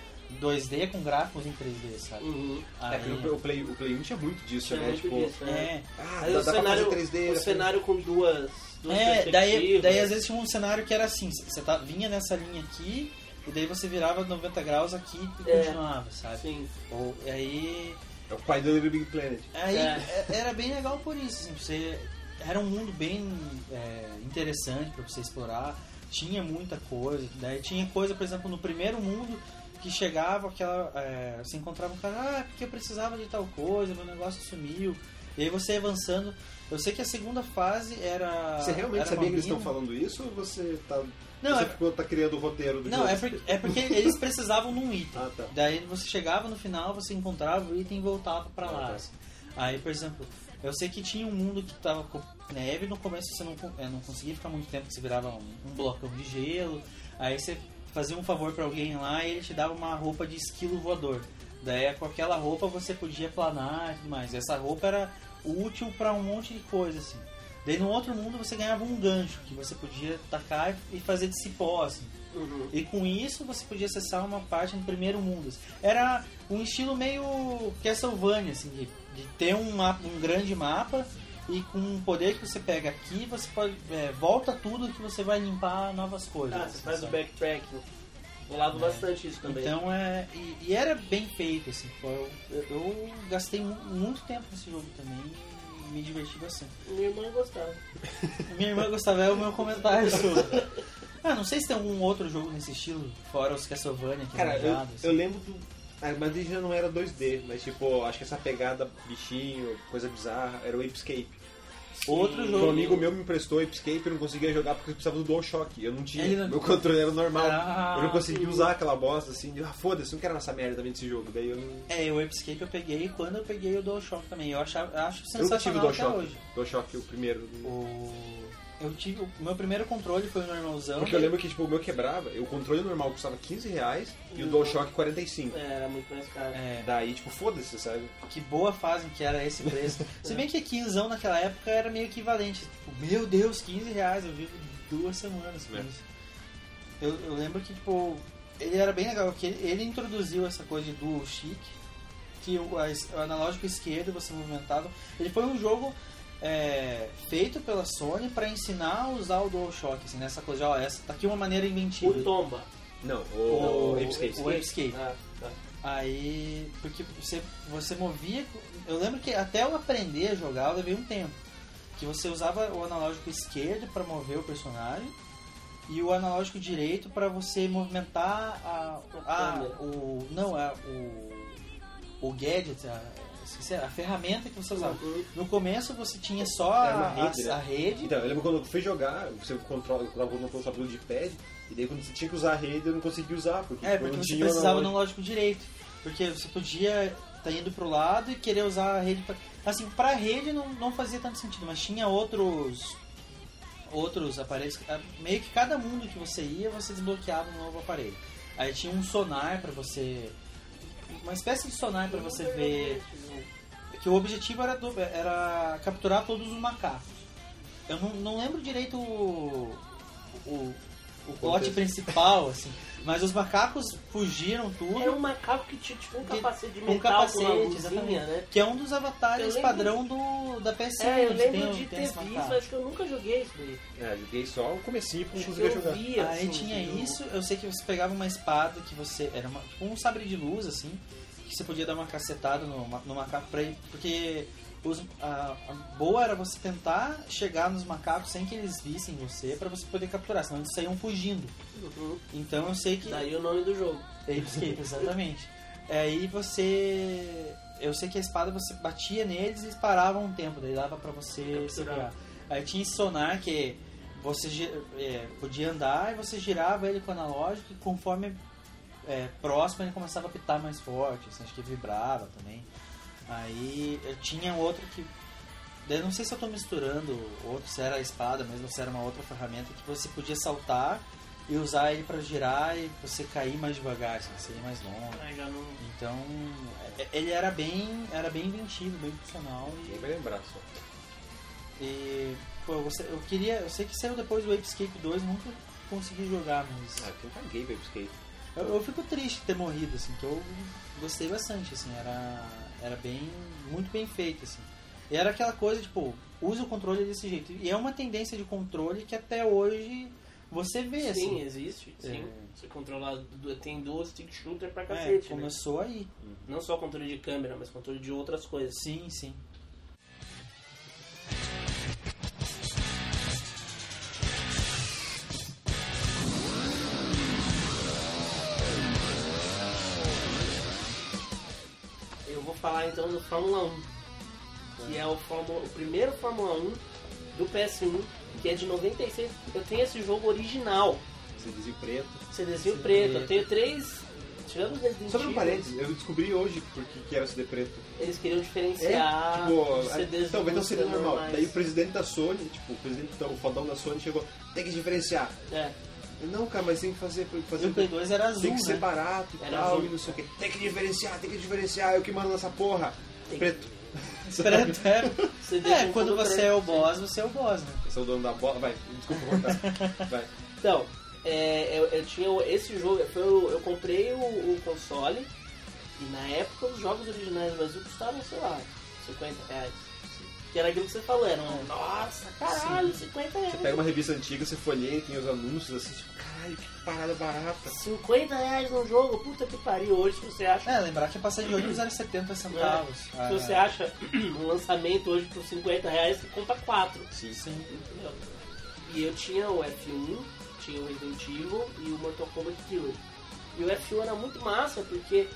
2D com gráficos em 3D, sabe? Uhum. Aí- É, porque o Play, o Play 1 tinha muito disso, Tinha né? muito tipo, disso, né? é. ah, Mas dá, o dá pra fazer né? cenário, 3D. o dá pra- cenário com duas, duas assim. É, daí, perspectivas. né? daí às vezes tinha um cenário que era assim, você tá, vinha nessa linha aqui, e daí você virava 90 graus aqui e É. continuava, sabe? Sim. Ou, e aí. É o pai do Little Big Planet. aí É. é- Era bem legal por isso, assim, você. Era um mundo bem é, interessante pra você explorar, tinha muita coisa, daí tinha coisa, por exemplo, no primeiro mundo que chegava aquela. É, você encontrava um cara, ah, porque eu precisava de tal coisa, meu negócio sumiu. E aí você ia avançando. Eu sei que a segunda fase era. Você realmente Ah, era sabia uma que eles mina. estão falando isso ou você tá. Não, você é- ficou- tá criando o roteiro do Não, jogo? é porque, é porque eles precisavam de um item. Ah, tá. Daí você chegava no final, você encontrava o item e voltava pra Ah, lá. tá. assim. Aí, por exemplo, eu sei que tinha um mundo que tava com neve, no começo você não, con- é, não conseguia ficar muito tempo, que você virava um, um blocão de gelo. Aí você fazia um favor pra alguém lá e ele te dava uma roupa de esquilo voador. Daí com aquela roupa você podia planar e tudo mais. Essa roupa era útil pra um monte de coisa, assim. Daí no outro mundo você ganhava um gancho que você podia tacar e fazer de cipó, assim. Uhum. E com isso você podia acessar uma parte do primeiro mundo. Era um estilo meio Castlevania, assim, de, de ter um, mapa, um grande mapa e com um poder que você pega aqui, você pode é, volta tudo que você vai limpar novas coisas. Ah, assim, você faz o sabe? backtracking. Rolava bastante isso também. É. Então é. E, e era bem feito, assim. pô, Eu, eu- eu gastei mu- muito tempo nesse jogo também e me diverti bastante. Minha irmã gostava. Minha irmã gostava, é o meu comentário sobre. Ah, não sei se tem algum outro jogo nesse estilo, fora os Castlevania que Cara, é eu, manjado, assim. eu lembro do. Ah, mas ele já não era 2D, mas tipo, acho que essa pegada bichinho, coisa bizarra, era o Apescape. Outro Um jogo. amigo meu me emprestou o Apescape e eu não conseguia jogar porque eu precisava do DualShock. Eu não Ele tinha, não- meu controle era normal. Ah, é eu não conseguia usar aquela bosta assim, de, ah, foda-se, não quero essa merda também desse jogo. Daí eu não. É, o Escape eu peguei quando eu peguei o DualShock também. Eu achava, acho Eu nunca tive o sensacional até DualShock. hoje. DualShock, o primeiro. O... Eu tive, o meu primeiro controle foi o normalzão. Porque eu lembro que tipo, o meu quebrava, e o controle normal custava 15 reais e o DualShock 45. É, Era muito mais caro. É, Daí, tipo, foda-se, sabe? que boa fase que era esse preço. Se bem que 15 naquela época era meio equivalente. Tipo, meu Deus, 15 reais, eu vivo duas semanas com É. isso. Eu, eu lembro que, tipo, ele era bem legal, porque ele, ele introduziu essa coisa de dual chic, que o, a es- o analógico esquerdo você movimentava. Ele foi um jogo é, feito pela Sony para ensinar a usar o DualShock, assim, nessa coisa, de, ó, essa tá aqui uma maneira inventiva. O Tomba. Não, o, O- Apescape. o Escape. Ah, tá. Aí, porque você, você movia. Eu lembro que até eu aprender a jogar, eu levei um tempo. Que você usava o analógico esquerdo para mover o personagem e o analógico direito para você movimentar a, a- o não é o o gadget, a, esqueci, a ferramenta que você usava. Uhum. No começo você tinha só Era uma a, rede, a- a rede Então, eu lembro quando eu fui jogar, você controla, eu tava no controle do D-pad, e daí quando você tinha que usar a rede, eu não conseguia usar, porque, tipo, É, eu porque não você tinha o precisava do analógico. analógico direito. Porque você podia tá indo pro lado e querer usar a rede pra... Assim, pra rede não, não fazia tanto sentido, mas tinha outros outros aparelhos. ah, Meio que cada mundo que você ia, você desbloqueava um novo aparelho. Aí tinha um sonar pra você... Uma espécie de sonar pra você ver... É Que o objetivo era, do- era capturar todos os macacos. Eu não, não lembro direito o... o o plot Contexto. principal, assim. Mas os macacos fugiram tudo. Era um macaco que tinha tipo um Que- capacete de um metal com uma capacete, luzinha, né? Que é um dos avatares Eu lembro- padrão do, da PC. É, eu onde lembro tem o- de tem ter esse visto, macaco. acho que eu nunca joguei isso daí. É, joguei só o comecinho porque eu não conseguia Eu jogar. via, Aí assim, tinha esse jogo. isso, eu sei que você pegava uma espada que você. Era uma- tipo um sabre de luz, assim, que você podia dar uma cacetada no, ma- no macaco pra ele. Porque os- a, a boa era você tentar chegar nos macacos sem que eles vissem você pra você poder capturar, senão eles saíam fugindo. Uhum. Então eu sei que. Daí o nome do jogo. Apescape, exatamente. Aí É, você. Eu sei que a espada você batia neles e eles paravam um tempo, daí dava pra você Capturar. segurar. Aí tinha esse sonar que você gi- é, podia andar e você girava ele com o analógico e conforme é, próximo ele começava a pitar mais forte, assim, acho que vibrava também. Aí eu tinha outro que Daí eu não sei se eu tô misturando outro, se era a espada mesmo, se era uma outra ferramenta que você podia saltar e usar ele pra girar e você cair mais devagar, assim, você ir mais longe. Ah, já não. Então, é- ele era bem, era bem inventivo, bem funcional Ninguém e, vai lembrar só. e, pô, eu, gost- eu queria, eu sei que saiu depois do Apescape 2, nunca consegui jogar, mas Ah, porque eu caguei pra skate. eu, eu fico triste de ter morrido, assim, que eu gostei bastante, assim, era, era bem, muito bem feito, assim. E era aquela coisa, tipo, usa o controle desse jeito. E é uma tendência de controle que até hoje você vê, Sim, assim. existe. Sim. É. Você controla. du- Tem duas stick shooter pra É, cacete. né? começou aí. Não só controle de câmera, mas controle de outras coisas. Sim, sim. Eu vou falar então do Fórmula 1, que é o, Fórmula, o primeiro Fórmula 1 do PS1, que é de 96. Eu tenho esse jogo original, Você dizia o preto. CDzinho Sim, preto. preto. Eu tenho três. Tirando os Resident Sobre um Evil, parênteses, eu descobri hoje porque que era o CD preto. É, eles queriam diferenciar os CDs tipo, talvez não dos seria CDs normal. normais. Daí o presidente da Sony, tipo, o presidente, o fodão da Sony chegou, tem que diferenciar. É, Eu, Não, cara, mas tem que fazer, E fazer o Play 2 era azul, tem que ser né? barato e Era tal, azul. e não sei o que. Tem que diferenciar, tem que diferenciar, eu que mando nessa porra. Tem que- Preto. Preto, é. CD É, com quando fundo você preto. é o boss, você é o boss, né? Eu sou o dono da bola, vai, desculpa cortar. Vai. Então, é, eu, eu tinha o- esse jogo, foi o- eu, comprei o, o console e na época os jogos originais do Brasil custavam, sei lá, 50 reais. Que era aquilo que você falou, era um, nossa, caralho, 50 reais. Você pega uma revista antiga, você folheia e tem os anúncios assim, tipo, caralho, que parada barata. 50 reais num jogo, puta que pariu, hoje se você acha. É, lembrar que passar de 8 nos era 70 centavos. Ah, É, Se você acha um lançamento hoje por 50 reais, você compra 4. Sim, sim. Entendeu? E eu tinha o F1, tinha o Resident Evil e o Mortal Kombat Killer. E o F1 era muito massa porque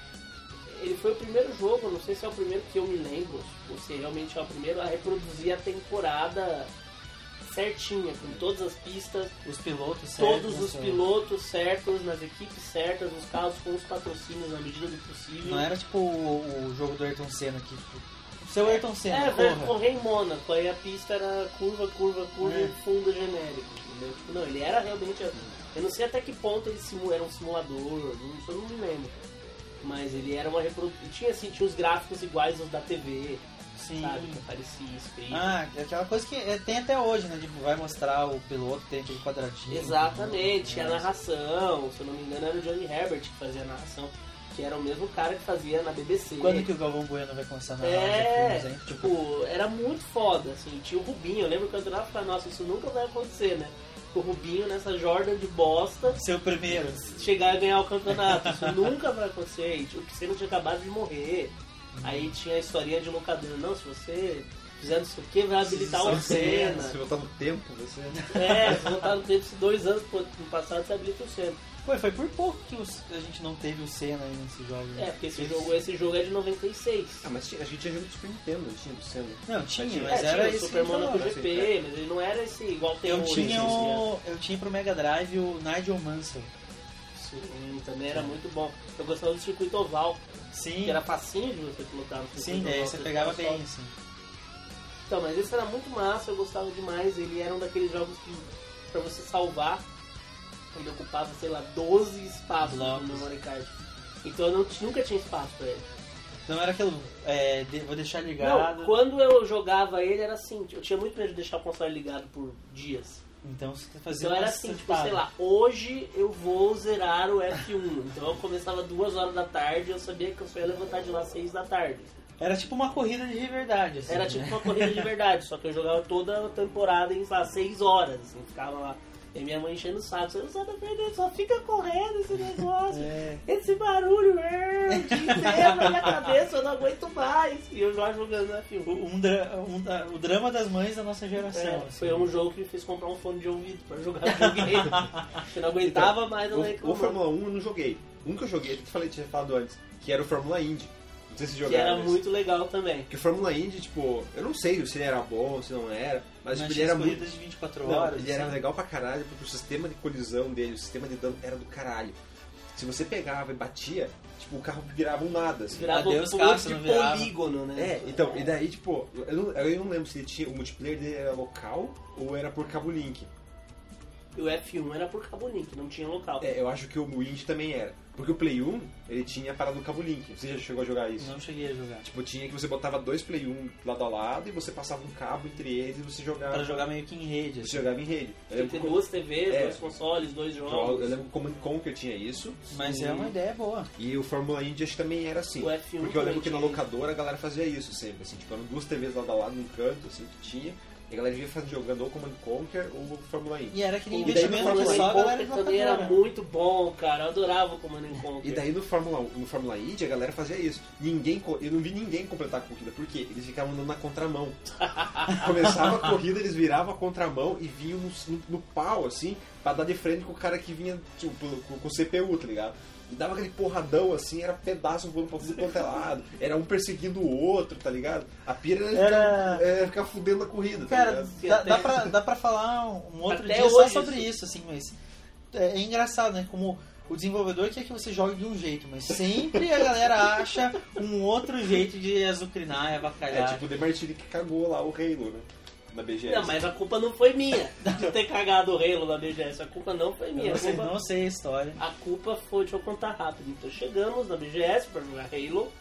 ele foi o primeiro jogo, não sei se é o primeiro que eu me lembro, ou se realmente é o primeiro, a reproduzir a temporada certinha, com todas as pistas, Os pilotos certos, todos né, os são- pilotos certos, nas equipes certas, nos carros com os patrocínios na medida do possível. Não era tipo o, o jogo do Ayrton Senna que tipo, seu Ayrton Senna, É, vai corra. correr em Mônaco, aí a pista era curva, curva, curva É. e fundo genérico, entendeu? Tipo, não, ele era realmente. Eu não sei até que ponto ele simu- era um simulador, não, eu não me lembro. Mas ele era uma reprodução. Tinha assim, tinha os gráficos iguais aos da TV, Sim. sabe? Que aparecia escrito. Ah, é aquela coisa que é, tem até hoje, né? Tipo, vai mostrar o piloto, tem aquele quadradinho. Exatamente, tinha a né? narração, se eu não me engano era o Johnny Herbert que fazia a narração, que era o mesmo cara que fazia na BBC. Quando que o Galvão Bueno vai começar na É, filmes, hein? Tipo, tipo, era muito foda, assim, tinha o Rubinho, eu lembro que eu adorava falar, nossa, isso nunca vai acontecer, né? O Rubinho nessa Jordan de bosta seu primeiro. chegar e ganhar o campeonato, isso nunca vai acontecer, e, tipo, o Cristiano tinha acabado de morrer, Uhum. aí tinha a historinha de locadora, não, se você fizer não sei o que, vai habilitar Só o cena. Senna, Se voltar no tempo, você. é, se voltar no tempo, se dois anos pro- no passado, você habilita o Senna. Pô, foi por pouco que os- a gente não teve o Senna aí nesse jogo. né? É, porque esse jogo, esse jogo é de 96. Ah, mas tinha- a gente tinha jogo do Super Nintendo, não tinha do Senna. Não, tinha, É, mas tinha era o esse Super que eu Monaco falava. GP, mas ele não era esse igual tem Eu hoje, tinha um assim, né? o, eu tinha pro Mega Drive o Nigel Mansell. Sim, hum, também era muito bom. Eu gostava do circuito oval, Sim. que era facinho de você pilotar no circuito Sim, oval. daí você pegava ficava bem, assim. só- Então, mas esse era muito massa, eu gostava demais. Ele era um daqueles jogos que, pra você salvar, ele ocupava, sei lá, 12 espaços Blocos. no memory card. Então eu não t- nunca tinha espaço pra ele. Não Então era aquilo, é, de- vou deixar ligado. Não, quando eu jogava ele era assim, eu tinha muito medo de deixar o console ligado por dias. Então você fazia Então era uma assim, tipo, sentada. sei lá, hoje eu vou zerar o F1. Então eu começava duas horas da tarde, eu sabia que eu só ia levantar de lá às seis da tarde. Era tipo uma corrida de verdade, assim. Era né? tipo uma corrida de verdade, só que eu jogava toda a temporada em, sei lá, 6 horas, assim, ficava lá. E minha mãe enchendo o saco, você só tá perdendo, só fica correndo esse negócio, É. esse barulho, é, o dia inteiro na minha cabeça, eu não aguento mais. E eu já jogando na O, filme. um dra- um- ah, o drama das mães da nossa geração. É, assim. foi um jogo que me fez comprar um fone de ouvido pra jogar videogame. Eu não aguentava mais, eu não é. O, o reclamava. Fórmula 1 eu não joguei. Um que eu joguei, eu te falei, tinha falado antes, que era o Fórmula Indy. Não sei se Que jogaram. era esse. muito legal também. Porque o Fórmula Indy, tipo, eu não sei se ele era bom, se não era, Mas mas tipo, ele tinha as era muito. corridas de 24 Não, horas. ele era assim. legal pra caralho, porque o sistema de colisão dele, o sistema de dano era do caralho. Se você pegava e batia, tipo, o carro virava um nada, assim. Virava Adeus, um caça, monte não de virava. polígono, né? É, então, e daí, tipo, eu não, eu não lembro se ele tinha, o multiplayer dele era local ou era por cabo link. E o F1 era por cabo link, não tinha local. É, eu acho que o Wind também era. Porque o Play 1, ele tinha a parada do cabo link. Você já chegou a jogar isso? Não cheguei a jogar. Tipo, tinha que você botava dois Play 1 lado a lado e você passava um cabo entre eles e você jogava, Pra jogar meio que em rede. você assim. jogava em rede. Eu Tem lembro, que ter como, duas TVs, É. dois consoles, dois jogos. eu lembro que o Command Conquer tinha isso. Mas é uma um ideia boa. E o Fórmula Indy acho que também era assim. O F1 porque eu lembro também que na tinha. locadora a galera fazia isso sempre, assim, tipo, eram duas TVs lado a lado num canto, assim, que tinha, e a galera via fazendo jogando ou Command Conquer ou Fórmula Indy. E era aquele E daí assim, investimento no que Fórmula só a Command galera de Conquer também era locadora. né?" muito bom, cara. Eu adorava o Command and Conquer. E daí no Fórmula 1, no Fórmula Indy a galera fazia isso. Ninguém, co- eu não vi ninguém completar a corrida, por quê? Eles ficavam andando na contramão. Começava a corrida, eles viravam a contramão e vinham no, no- no pau, assim, pra dar de frente com o cara que vinha tipo, pelo- com, com o CPU, tá ligado? E dava aquele porradão assim, era pedaço voando pra tudo quanto é lado. Era um perseguindo o outro, tá ligado? A pira era, Era- Ficar, era ficar fudendo a corrida, tá Cara, ligado? dá, dá, pra, dá pra falar um outro Até dia só hoje sobre isso, assim, mas é, é engraçado, né? Como o desenvolvedor quer que você jogue de um jeito, mas sempre a galera acha um outro jeito de azucrinar e É abacalhar. tipo o Demartini que cagou lá o Halo, né? Na BGS. Não, mas a culpa não foi minha de ter cagado o Halo na BGS. A culpa não foi minha. eu A não sei, culpa, não sei a história. né? a culpa foi, deixa eu contar rápido. Então chegamos na BGS pra jogar Halo,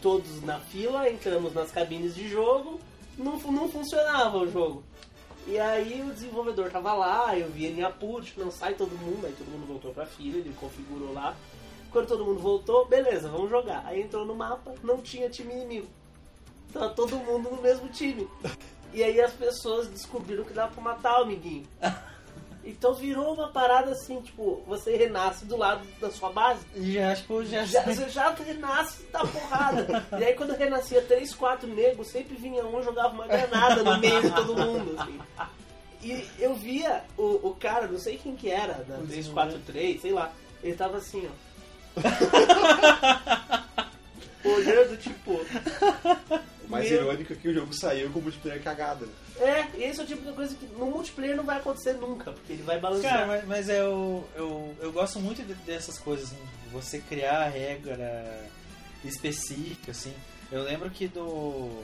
todos na fila, entramos nas cabines de jogo, não, fu- não funcionava o jogo. E aí o desenvolvedor tava lá, eu vi ele em apuro, tipo, não sai todo mundo, aí todo mundo voltou pra fila, ele configurou lá. Quando todo mundo voltou, beleza, vamos jogar. Aí entrou no mapa, não tinha time inimigo. Tava todo mundo no mesmo time. E aí as pessoas descobriram que dava pra matar o amiguinho. Então virou uma parada assim, tipo, você renasce do lado da sua base. E já acho que eu já, Já, você já renasce da porrada. E aí quando renascia três, quatro negros, sempre vinha um e jogava uma granada no meio de todo mundo, assim. E eu via o, o cara, não sei quem que era, da O 343, sei lá, ele tava assim, ó. Olhando, tipo, O mais Meu- irônico é que o jogo saiu com o multiplayer cagado. né? é, esse é o tipo de coisa que no multiplayer não vai acontecer nunca, porque ele vai balançar. Cara, mas, é mas eu, eu, eu gosto muito de- dessas coisas, assim, de você criar a regra específica, assim. Eu lembro que do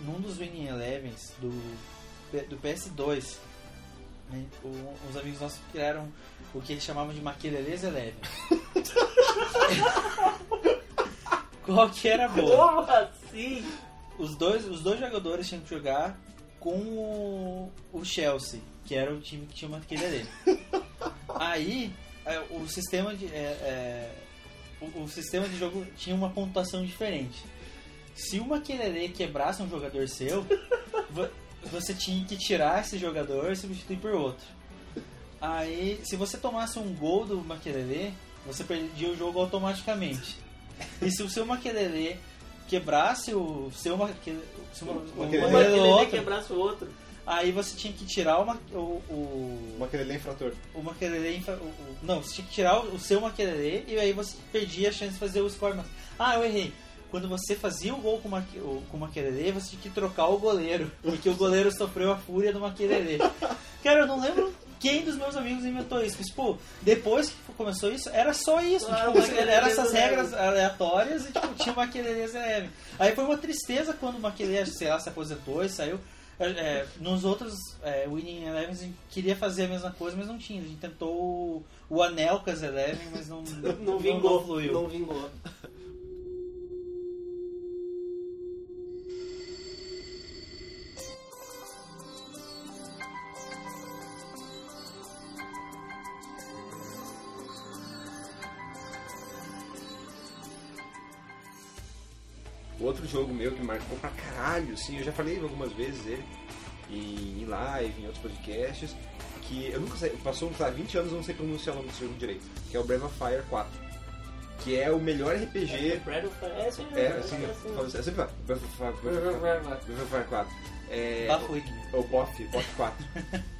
num dos Winning Elevens do, P- do PS2, né, o- os amigos nossos criaram o que eles chamavam de Maquileles Eleven. Qual que era a boa? Como assim? Os dois, os dois jogadores tinham que jogar com o, o Chelsea, que era o time que tinha o Makelele. Aí, é, o sistema de... é, é, o, o sistema de jogo tinha uma pontuação diferente. Se o Makelele quebrasse um jogador seu, vo- você tinha que tirar esse jogador e substituir por outro. Aí, se você tomasse um gol do Makelele, você perdia o jogo automaticamente. E se o seu Makelele quebrasse o seu Makelele, se o, o, Makelele. Uma Makelele que ele vai outro, quebrasse o outro. aí você tinha que tirar o, Ma- o, o, Uma querelê infrator. o Makelele. infra- o- o- não, você tinha que tirar o, o seu Makelele e aí você perdia a chance de fazer o score. Mas, ah, eu errei. Quando você fazia o gol com o Maqui- o com o Makelele, você tinha que trocar o goleiro. Porque o goleiro sofreu a fúria do Makelele. Cara, eu não lembro quem dos meus amigos inventou isso. Mas, pô, depois que começou isso, era só isso. Ah, tipo, o Makelele eram essas leve. regras aleatórias e, tipo, tinha o Makelele leve. Aí foi uma tristeza quando o Makelele, sei lá, se aposentou e saiu. É, é, nos outros é, Winning Elevens a gente queria fazer a mesma coisa, mas não tinha. A gente tentou o, o Anelcas Eleven, mas não, Não vingou. não fluiu. Não vingou. Outro jogo meu que marcou pra caralho, sim, eu já falei algumas vezes ele em em live, em outros podcasts, que eu nunca sei, passou sei lá, 20 anos eu não sei pronunciar o nome desse jogo direito, que é o Breath of Fire 4, que é o melhor RPG. Breath of Fire. É, assim, É, é assim, eu assim. falo assim, eu sempre falo, Breath of Fire- Breath of Fire- Breath of Fire 4. É, Bafo Wiki. o BOF, BOF 4.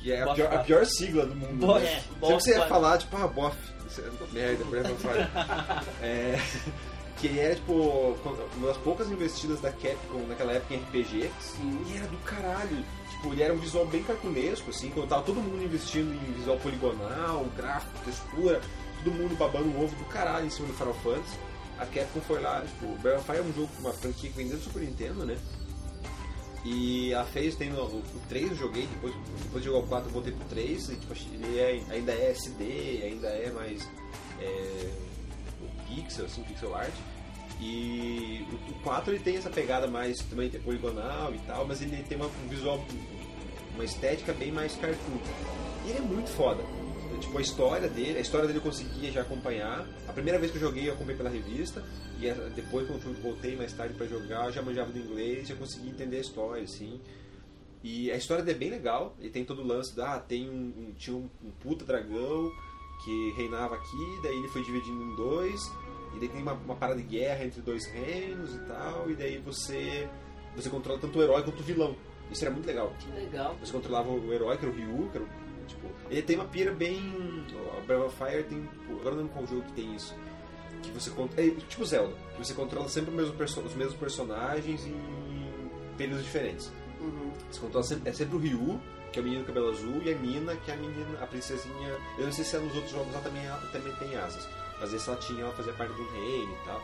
Que é a Bof pior, a 4. pior sigla do mundo. Bof. né? É, Sempre Bof que você ia 4. falar, tipo, ah, BOF. Isso é merda, Breath of Fire. É, que é, tipo, uma das poucas investidas da Capcom naquela época em RPG. Sim. E era do caralho. Tipo, e era um visual bem cartunesco, assim, quando tava todo mundo investindo em visual poligonal, gráfico, textura. todo mundo babando o ovo do caralho em cima do Final Fantasy. A Capcom foi lá, tipo, o Battlefire é um jogo, uma franquia que vendeu do Super Nintendo, né? E a fez tem o, o 3 eu joguei, depois, depois de jogar o 4 eu voltei pro 3, e tipo, ele é- ainda é SD, ainda é mais é, o pixel, assim, pixel art. E o, o 4 ele tem essa pegada mais também que é poligonal e tal, mas ele tem uma, um visual, uma estética bem mais cartoon. E ele é muito foda. Tipo, a história dele, a história dele eu conseguia já acompanhar. A primeira vez que eu joguei, eu acompanhei pela revista. E essa- depois, quando eu voltei mais tarde pra jogar, eu já manjava do inglês, já conseguia entender a história, assim. E a história dele é bem legal. Ele tem todo o lance da. Ah, tem um, um- tinha um, um puta dragão que reinava aqui, daí ele foi dividindo em dois. E daí tem uma, uma parada de guerra entre dois reinos e tal. E daí você, você controla tanto o herói quanto o vilão. Isso era muito legal. Que legal. Você controlava o herói, que era o Ryu, que era o, tipo, ele tem uma pira bem. O Brava Fire tem. tipo, Agora eu não lembro qual jogo que tem isso. Que você controla. É tipo Zelda, que você controla sempre o mesmo perso- os mesmos personagens em períodos diferentes. Uhum. Você controla sempre, é sempre o Ryu, que é o menino do cabelo azul, e a Nina, que é a menina, a princesinha. Eu não sei se é nos outros jogos ela também, ela também tem asas. Mas esse ela tinha, ela fazia parte do reino e tal.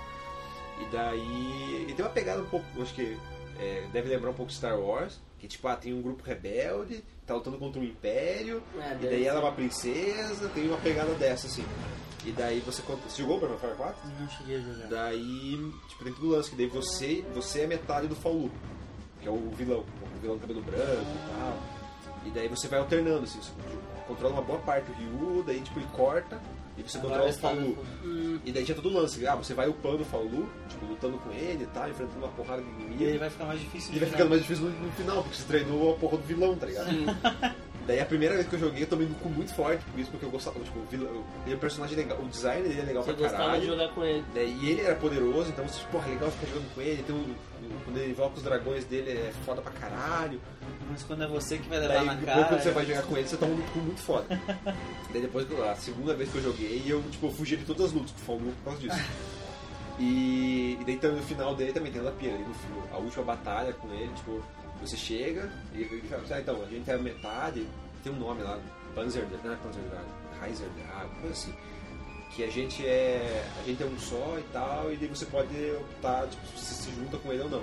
E daí. E tem uma pegada um pouco. eu Acho que é, deve lembrar um pouco Star Wars. Que tipo, ah, tem um grupo rebelde, tá lutando contra um império, É, e daí ela é uma princesa, tem uma pegada dessa, assim. E daí você conta. Você jogou o Batman Fire 4? Não cheguei a jogar. Daí, tipo, tem todo o lance que daí você, você é metade do Faulu, que é o vilão, o vilão do cabelo branco e tal. E daí você vai alternando, assim, você controla uma boa parte do Ryu, daí tipo ele corta e você controla o tá Faulu. E daí tinha todo o lance, ah, você vai upando o Faulu, tipo, lutando com ele e tal, enfrentando uma porrada de inimigo. E aí vai ficar mais difícil E vai ficando mais difícil no, no final, porque você treinou a porra do vilão, tá ligado? Daí a primeira vez que eu joguei eu tomei no cu muito forte por isso, porque eu gostava, tipo, o vilão, ele é um personagem legal, o design dele é legal Você pra gostava caralho. de jogar com ele. Né, E ele era poderoso, então você, porra, legal ficar jogando com ele. Tem um, o, o- quando ele invoca os dragões dele é foda pra caralho. Mas quando é você que vai levar Daí, na depois, cara. quando você é- vai jogar com ele, você toma um cu muito foda. Daí depois, a segunda vez que eu joguei, eu, tipo, eu fugi de todas as lutas do Fallout por causa disso. E, e daí também, no final dele também tem a pira, ali no fim, a última batalha com ele, tipo, você chega e ele fala, ah, então, a gente é a metade, tem um nome lá, Panzer, não é Panzer Dragon, Kaiser Dragon, coisa assim que a gente é a gente é um só e tal, e daí você pode optar tipo, se se junta com ele ou não.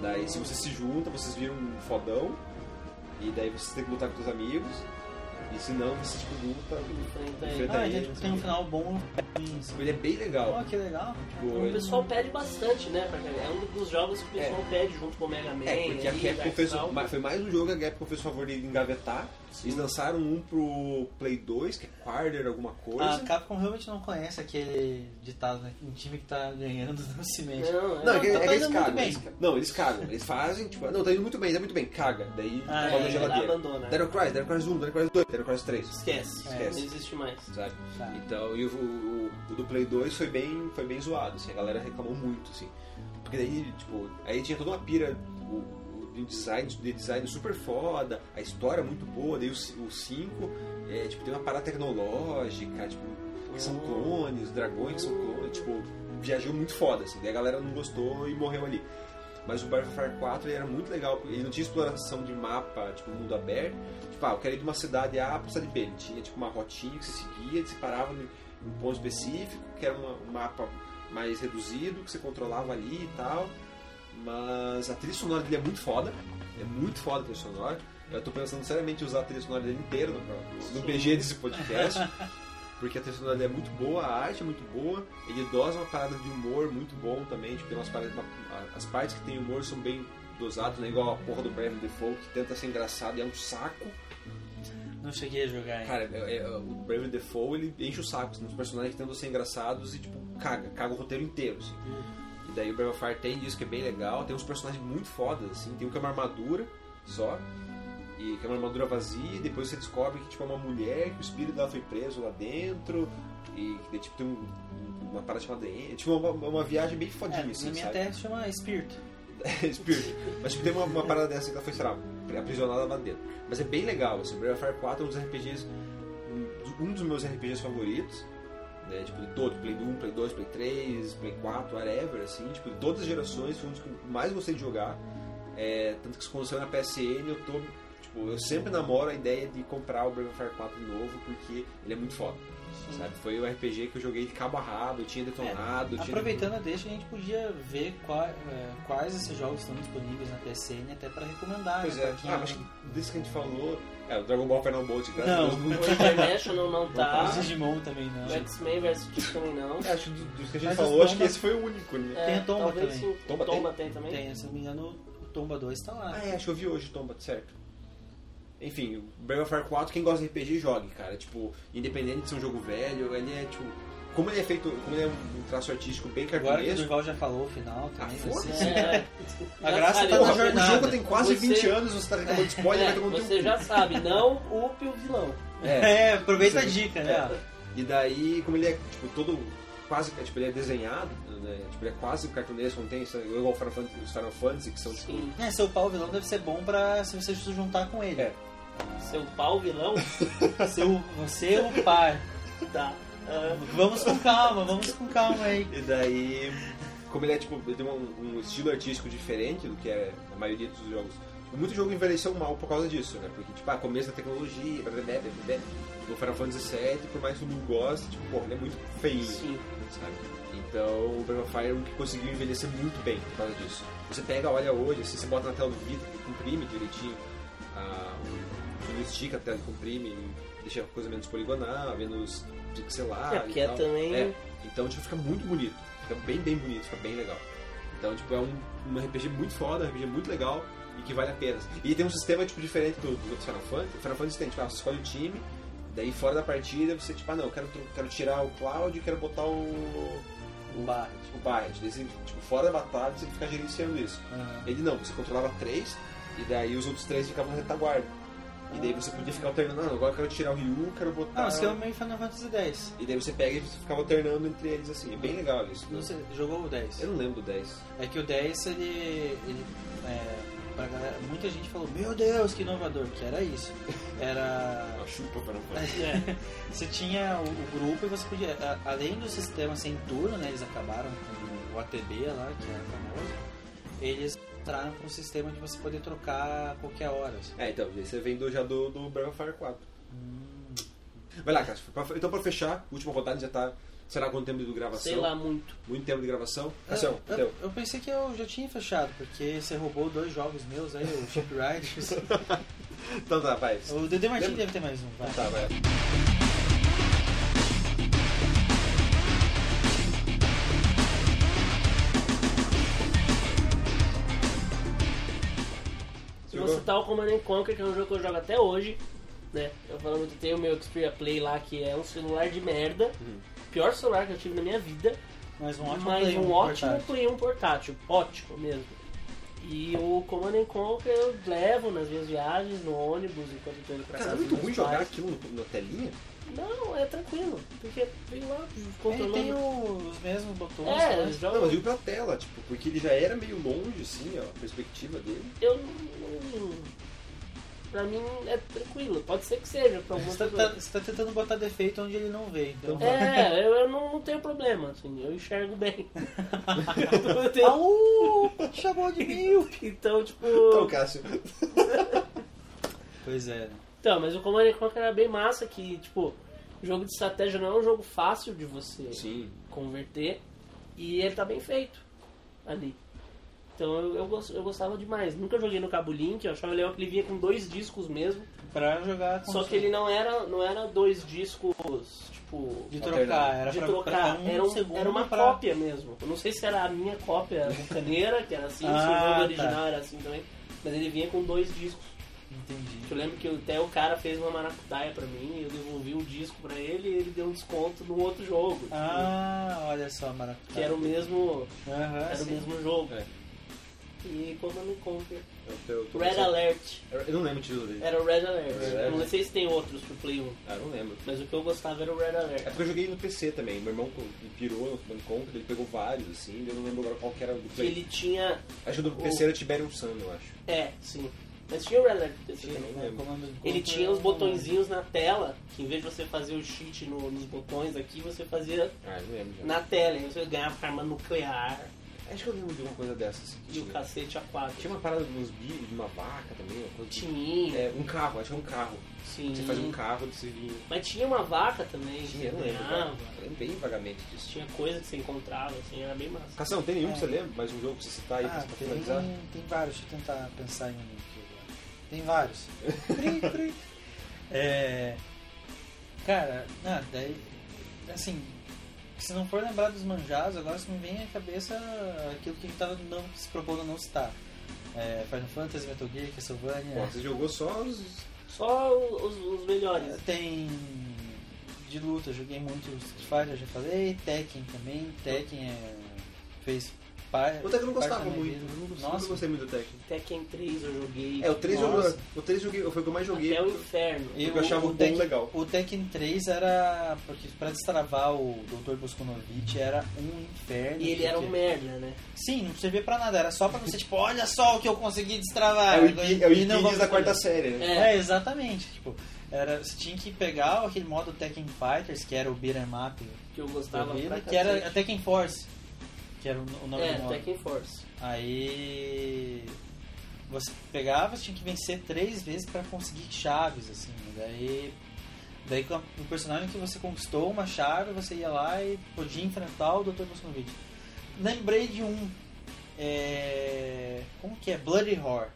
Daí se você se junta, vocês viram um fodão, e daí você tem que lutar com seus amigos, e se não, você tipo luta. Enfrenta ele. Enfrenta Ah, ele, gente, tem um final bom. Isso. Tipo, Ele é bem legal. Oh, que legal. Tipo, O ele- pessoal pede bastante, né? pra carregar. É um dos jogos que o pessoal pede junto com o Mega Man. É, porque a aí, Capcom né, Dark fez, Souls. ma- foi mais um jogo que a Capcom fez o favor de engavetar. Eles lançaram um pro Play 2, que é Quarter alguma coisa. A Capcom realmente não conhece aquele ditado, né? Um time que tá ganhando não se mexe. Não, é. Não, é que, tá é que indo eles muito cagam. bem. eles ca- não, eles cagam. Eles fazem, tipo, não, tá indo muito bem, tá muito bem. Caga. Daí Ah, roda é, a geladeira. abandona. Dino Crisis, Dino Crisis 1, Dino Crisis 2, Dino Crisis 3. Esquece. Esquece. Não existe mais. Sabe? Tá. Então, e o, o, o do Play 2 foi bem, foi bem zoado, assim, a galera reclamou muito, assim. Porque daí, tipo, aí tinha toda uma pira o, o, de design, de design super foda, a história muito boa, daí o ci- o 5, é, tipo, tem uma parada tecnológica, tipo, que são clones, dragões que são clones, tipo, viajou muito foda, assim, daí a galera não gostou e morreu ali. Mas o Battlefire 4 ele era muito legal, porque ele não tinha exploração de mapa, tipo, mundo aberto. Tipo, ah, eu quero ir de uma cidade A pra cidade B. Ele tinha, tipo, uma rotinha que você seguia, que você parava em um ponto específico, que era uma- um mapa mais reduzido, que você controlava ali e tal. Mas a trilha sonora dele é muito foda, é muito foda a trilha sonora. Eu tô pensando seriamente em usar a trilha sonora dele inteira no, no BG desse podcast. Porque a trilha sonora dele é muito boa, a arte é muito boa, ele dosa uma parada de humor muito bom também, tipo, tem umas paradas, uma- a- as partes que tem humor são bem dosadas, né? Igual a porra do Brave Default, que tenta ser engraçado e é um saco. Não cheguei a jogar ainda. Cara, é- é- o Brave Default, ele enche o saco, assim, os personagens tentam ser engraçados e, tipo, caga, caga o roteiro inteiro, assim. E daí o Brave Fire tem isso que é bem legal, tem uns personagens muito fodas, assim, tem um que é uma armadura só, e que é uma armadura vazia, e depois você descobre que tipo, é uma mulher, que o espírito dela foi preso lá dentro, e que daí, tipo, tem um- uma parada chamada. en- Tipo, uma, uma viagem bem É, fodinha, assim, na minha sabe? terra chama Espírito. Spirit. Mas tipo, tem uma, uma parada dessa que ela foi, sei lá, aprisionada lá dentro. Mas é bem legal, assim, Breath Fire 4 é um dos RPGs, um dos meus RPGs favoritos, né, tipo, de todo, Play 1, Play 2, Play 3, Play 4, whatever, assim, tipo, de todas as gerações, foi um dos que eu mais gostei de jogar, É, tanto que se aconteceu na PSN, eu tô, tipo, eu sempre namoro a ideia de comprar o Breath Fire 4 de novo, porque ele é muito foda. Sabe? Foi o RPG que eu joguei de cabo a rabo, tinha detonado. tinha... Aproveitando a deixa, a gente podia ver qua- é, quais esses jogos estão disponíveis na PSN até pra recomendar. Pois né, é, pra quem- ah, mas desse que a gente falou. É, o Dragon Ball Final Bolt, né? graças Não. a Deus, não O International não tá. Os Digimon também não. O X-Men vs X-Men não. Acho que dos que a gente Mas falou, os acho que Tomba- esse foi o único, né? É, Tem a Tomba talvez também. o Tomba Tomba, tem? tem? também? Tem, se não me engano, o Tomba 2 tá lá. Ah, é, acho que eu vi hoje o Tomba, certo. Enfim, o Breath of Fire 4, quem gosta de RPG, jogue, cara. Tipo, independente de ser um jogo velho, ele é, tipo... Como ele é feito, como ele é um traço artístico bem Agora que o cartunesco... Durval já falou o final também. Ah, vai foda-se. ser- É, A já graça sabe, tá na ó, Porra, jornada. o jogo tem quase Você- 20 anos, você tá reclamando de spoiler, é, vai tomar no você teu já cu. sabe, não upe o vilão. É, É, aproveita a Isso aí. dica, né? ó. e daí, como ele é, tipo, todo... Quase, tipo, ele é desenhado, né? Tipo, ele é quase cartunesco, não tem... isso- Igual o Final Fantasy, os Final Fantasy, que são, tipo... Então, Sim, É, seu pau vilão deve ser bom pra se você se juntar com ele. É. seu pau vilão Seu, você o par. tá. Ah, Vamos com calma, vamos com calma aí. E daí, como ele é tipo, ele tem um, um estilo artístico diferente do que é a maioria dos jogos. Tipo, muito jogo envelheceu mal por causa disso, né? Porque, tipo, ah, começo da tecnologia, blá, blá, blá, blá, blá. Tipo, o Final Fantasy VII, por mais que todo mundo goste, tipo, porra, ele é muito feio, sim. sabe? Então, o Breath of Fire é um que conseguiu envelhecer muito bem por causa disso. Você pega, olha hoje, assim, você bota na tela do Vita, que comprime direitinho, ah, tudo estica a tela que comprime, deixa a coisa menos poligonal, menos pixelada É, e porque é tal. também- Ah, É. Então, tipo, fica muito bonito. Fica bem, bem bonito, fica bem legal. Então, tipo, é um, um RPG muito foda, um RPG muito legal e que vale a pena. E tem um sistema, tipo, diferente do, do outro Final Fantasy. Final Fantasy tem, tipo, ah, você escolhe o time, daí fora da partida você, tipo, ah, não, eu quero, tro- quero tirar o Cloud e quero botar o... O Barret. O Barret. Daí, você, tipo, fora da batalha você fica gerenciando isso. Aham. Ele não, você controlava três, e daí os outros três ficavam na retaguarda. E daí você podia ficar alternando, ah, agora eu quero tirar o Ryu, quero botar... Ah, isso aqui é o meio Final Fantasy X. E daí você pega e você ficava alternando entre eles, assim. É bem legal isso. né? Não sei, jogou o 10. Eu não lembro do 10. É que o 10, ele... ele é, pra galera- muita gente falou, meu Deus, que inovador, que era isso. Era... Ah, chupa para não falar. É, Você tinha o, o grupo e você podia. a- além do sistema sem turno, né? Eles acabaram com o ATB lá, que era famoso. Eles entraram com um sistema de você poder trocar a qualquer hora. assim. É, então, daí você vem do, já do, do Breath of Fire 4. Hum. Vai lá, Cássio. Pra- Então, pra fechar, última rodada já tá. Será quanto tempo de gravação? sei lá muito. Muito tempo de gravação. Eu, Cássio, eu, então. eu pensei que eu já tinha fechado, porque você roubou dois jogos meus aí, o Chip Riders. Então tá, vai. o Dede Martins deve ter mais um, vai. Tá, vai. Se você tá o Command and Conquer, que é um jogo que eu jogo até hoje, né? Eu falando que tem o meu Xperia Play lá, que é um celular de merda. Uhum. Pior celular que eu tive na minha vida. Mais um ótimo mas play, um ótimo portátil. Play 1 portátil, ótimo mesmo. E o Command and Conquer eu levo nas minhas viagens, no ônibus, enquanto eu tô indo pra Cara, é casa muito dos ruim meus jogar pais. aquilo no- na telinha. Não, é tranquilo, porque vem lá Ele tem controlando. o- os mesmos botões, É, né? eles jogam- Não, mas viu pra tela, tipo, porque ele já era meio longe, assim, ó, a perspectiva dele. eu não. Pra mim é tranquilo, pode ser que seja pra algumas Você tá, pessoas. tá- você tá tentando botar defeito onde ele não vê. Então, É, eu, eu não, não tenho problema, assim, eu enxergo bem. Então, eu tenho- Au! Ah, uh, Chamou de mil! então, tipo. Então, Cássio. Pois é. né? Então, mas o Command and Conquer era bem massa que, tipo, jogo de estratégia não é um jogo fácil de você Sim. converter e ele tá bem feito ali. Então eu, eu, gos- eu gostava demais. Nunca joguei no Cabo Link, eu achava legal que ele vinha com dois discos mesmo. Pra jogar com Só assim? que ele não era, não era dois discos, tipo. De trocar, era de pra, trocar, pra um era, um- segundo era uma pra... cópia mesmo. Eu não sei se era a minha cópia bucaneira, que era assim, se o Ah, jogo tá. original era assim também. Mas ele vinha com dois discos. Entendi. Eu lembro que até o cara fez uma maracutaia pra mim, eu devolvi um disco pra ele e ele deu um desconto num outro jogo. Ah, olha só, tipo, maravilha. que era o mesmo. Aham, Era o Ah, sim. mesmo jogo. É. E Command and Conquer. Eu, eu tô Red pensando- Alert. Eu não lembro o título dele. Era o Red Alert. Red Alert. Não sei se tem outros pro Play 1, Ah, eu não lembro. mas o que eu gostava era o Red É Alert. porque eu joguei no PC também. Meu irmão co- ele pirou no Command Conquer, ele pegou vários, assim, eu não lembro agora qual que era o do Que Play. ele tinha. Acho que o do PC era Tiberium Sun, eu acho. É, sim. Mas tinha o Red Alert pro PC Tinha, É, também. não lembro. Comando de Ele controle, tinha os comando. botõezinhos na tela, que em vez de você fazer o cheat no- nos botões aqui, você fazia Ah, eu não lembro. já. na tela. E você ganhava arma nuclear, Acho que eu lembro de alguma coisa dessas. que E o tinha. cacete a quatro. Tinha uma parada de uns bi, de uma vaca também, uma coisa assim. Tinha, É, um carro, acho que é um carro. sim. Você faz um carro desse vinho. Mas tinha uma vaca também. Tinha, eu não que lembro. ganhava. cara. Eu lembro bem vagamente disso. Tinha coisa que você encontrava, assim, era bem massa. Cação, tem nenhum que você lembra? Mais um jogo que você citar aí É. Ah, pra tem, finalizar? tem vários, deixa eu tentar pensar em um aqui agora. Tem vários. Cri, cri. É, cara, ah, daí, assim, se não for lembrar dos manjados, agora se me vem à cabeça aquilo que a gente tava não, se propondo a não citar. É, Final Fantasy, Metal Gear, Castlevania. Pô, você jogou só os. É, Só o- os, os melhores. Tem de luta, eu joguei muito Street Fighter, já falei, Tekken também, Tekken é, fez parte. O Tekken é eu não parte gostava da minha muito. vida. Eu não gostei, eu não Nossa, gostei muito do Tekken. Tekken 3 eu joguei. É, o 3 Nossa. jogou. O 3 joguei, foi o que eu mais joguei. Até o inferno. E- eu achava o bom Tekken- legal. O Tekken 3 era. Porque pra destravar o Dr. Bosconovich era um inferno. E ele era um porque- merda, né? Sim, não servia pra nada, era só pra você, tipo, olha só o que eu consegui destravar. É o Ipi- é o E não Ipides vamos da quarta fazer. série, né? É. É, exatamente. Tipo, era, você tinha que pegar aquele modo Tekken Fighters, que era o beat'em up Que eu da gostava vida, pra que era a cacete. Tekken Force, que era o o nome É, do modo. Tekken Force. Aí você pegava, tinha que vencer três vezes pra conseguir chaves, assim. Daí, daí com a- o personagem que você conquistou uma chave, você ia lá e podia enfrentar o Dr. Moscovitch. Lembrei de um. É, como que é? Bloody Horror.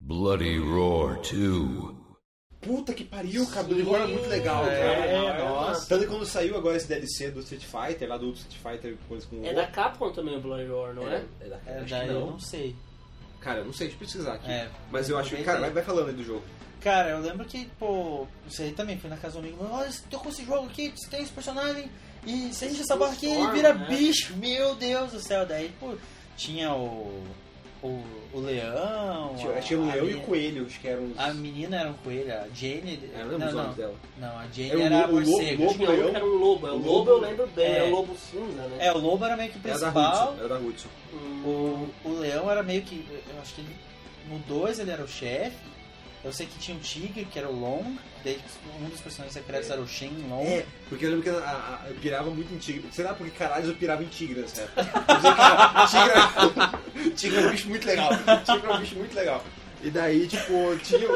Bloody Roar 2. Puta que pariu, cara. Bloody Horror é muito legal, cara. é, nossa. Tanto que quando saiu agora esse DLC do Street Fighter, lá do outro Street Fighter, coisa com o É da Capcom também o Blood War, não é? É da É, acho daí que eu não. não sei. Cara, eu não sei, deixa eu pesquisar aqui. É. Mas eu acho que, cara, vai, vai falando aí do jogo. Cara, eu lembro que, pô, isso aí também foi na casa do amigo, meu, olha, tô com esse jogo aqui, você tem esse personagem, e você enche essa barra aqui e Storm, vira né? bicho, meu Deus do céu, daí, pô, tinha o. o, o leão. Tinha, a- tinha o a Leão e meni- o Coelho, acho que eram os. A menina era um coelho, a Jane. É, eu não, lembro os não, nomes dela. não, a Jane Era É, o era a lobo- o lobo- morcega. lobo- Tinha um que era um lobo. É, o O lobo lobo- eu lembro bem, É. é o lobo cinza, né? É, o lobo era meio que o É a da Hudson. principal, É a da Hudson. o, o leão era meio que. Eu acho que ele- no 2 ele era o chefe. Eu sei que tinha um tigre, que era o Long, daí um dos personagens secretos era o Shen Long. É, porque eu lembro que a- a- eu pirava muito em tigre. Sei lá porque caralho eu pirava em né? tigre nessa época. Eu dizia, cara, é tigre, tigre é um bicho muito legal. Tigre é um bicho muito legal. E daí, tipo, eu tinha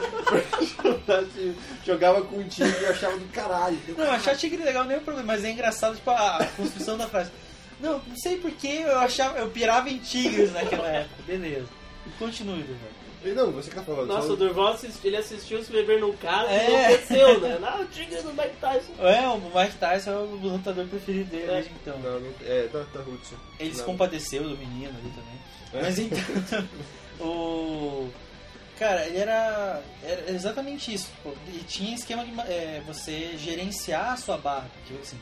eu jogava com um tigre e eu achava do caralho. Não, achar tigre legal não é o problema, mas é engraçado, tipo, a construção da frase. Não, não sei porque eu achava. Eu pirava em tigres naquela época. Beleza. Continue, Duval. E não, você que tá falando. É, Nossa, só- o Durval assisti- ele assistiu se beber num cara É. e enlouqueceu, né? Não, o Tigre do Mike Tyson. É, o Mike Tyson é o lutador preferido dele É. desde então. Não, não- é, da, da Hudson. Ele se Não. compadeceu do menino ali também. Mas então. o. Cara, ele era, era exatamente isso. tipo, e tinha esquema de ma- é, você gerenciar a sua barra. Porque, assim,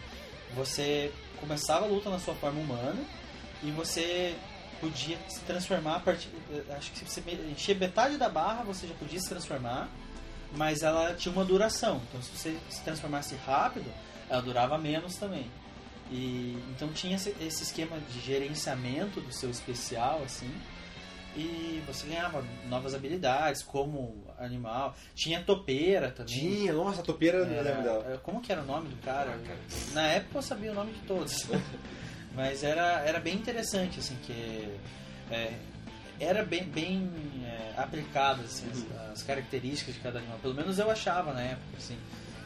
você começava a luta na sua forma humana e você podia se transformar a partir. eh, Acho que se você me- encher metade da barra, você já podia se transformar, mas ela tinha uma duração. Então, se você se transformasse rápido, ela durava menos também. E, então tinha esse, esse esquema de gerenciamento do seu especial, assim. E você ganhava novas habilidades, como animal. Tinha topeira também. Tinha, nossa, a topeira não lembro dela. Era- É, como que era o nome do cara? Na época eu sabia o nome de todos. Mas era, era bem interessante, assim, que é, era bem, bem é, aplicado assim, as- Uhum. as, características de cada animal. Pelo menos eu achava na época, assim.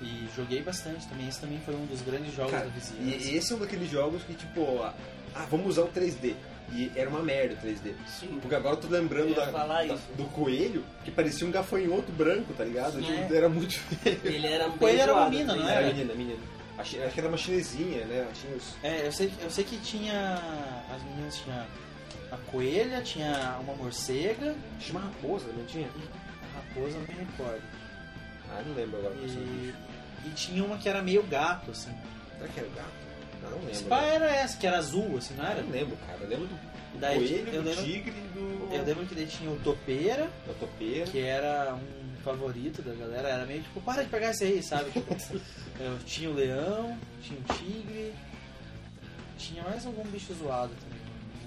E joguei bastante também. Esse também foi um dos grandes jogos Cara, da vizinhança. E e esse é um daqueles jogos que, tipo, ah, ah, vamos usar o 3D. E era uma merda o 3D. Sim. Porque agora eu tô lembrando Eu ia da- falar da- isso. do coelho, que parecia um gafanhoto branco, tá ligado? Sim. Tipo, era muito. Ele era um coelho era uma beijoado, mina, não né? era? menina, menina. Achei, acho que era uma chinesinha, né? Tinha os- É, eu sei, eu sei que tinha. As meninas tinham a coelha, tinha uma morcega, Tinha uma raposa, não tinha? a raposa, não me recordo. Ah, não lembro agora. E, e tinha uma que era meio gato, assim. Será que era o gato? Ah, não lembro. Spa era essa, que era azul, assim, não Ah, era? não lembro, cara. Eu lembro do, do Daí, coelho, tipo. eu do lembro- tigre e do. Eu lembro que daí tinha o Topeira, Da topeira. que era um favorito da galera. Era meio tipo, para de pegar esse aí, sabe? Tipo, eu tinha o Leão, tinha o Tigre, Tinha mais algum bicho zoado também.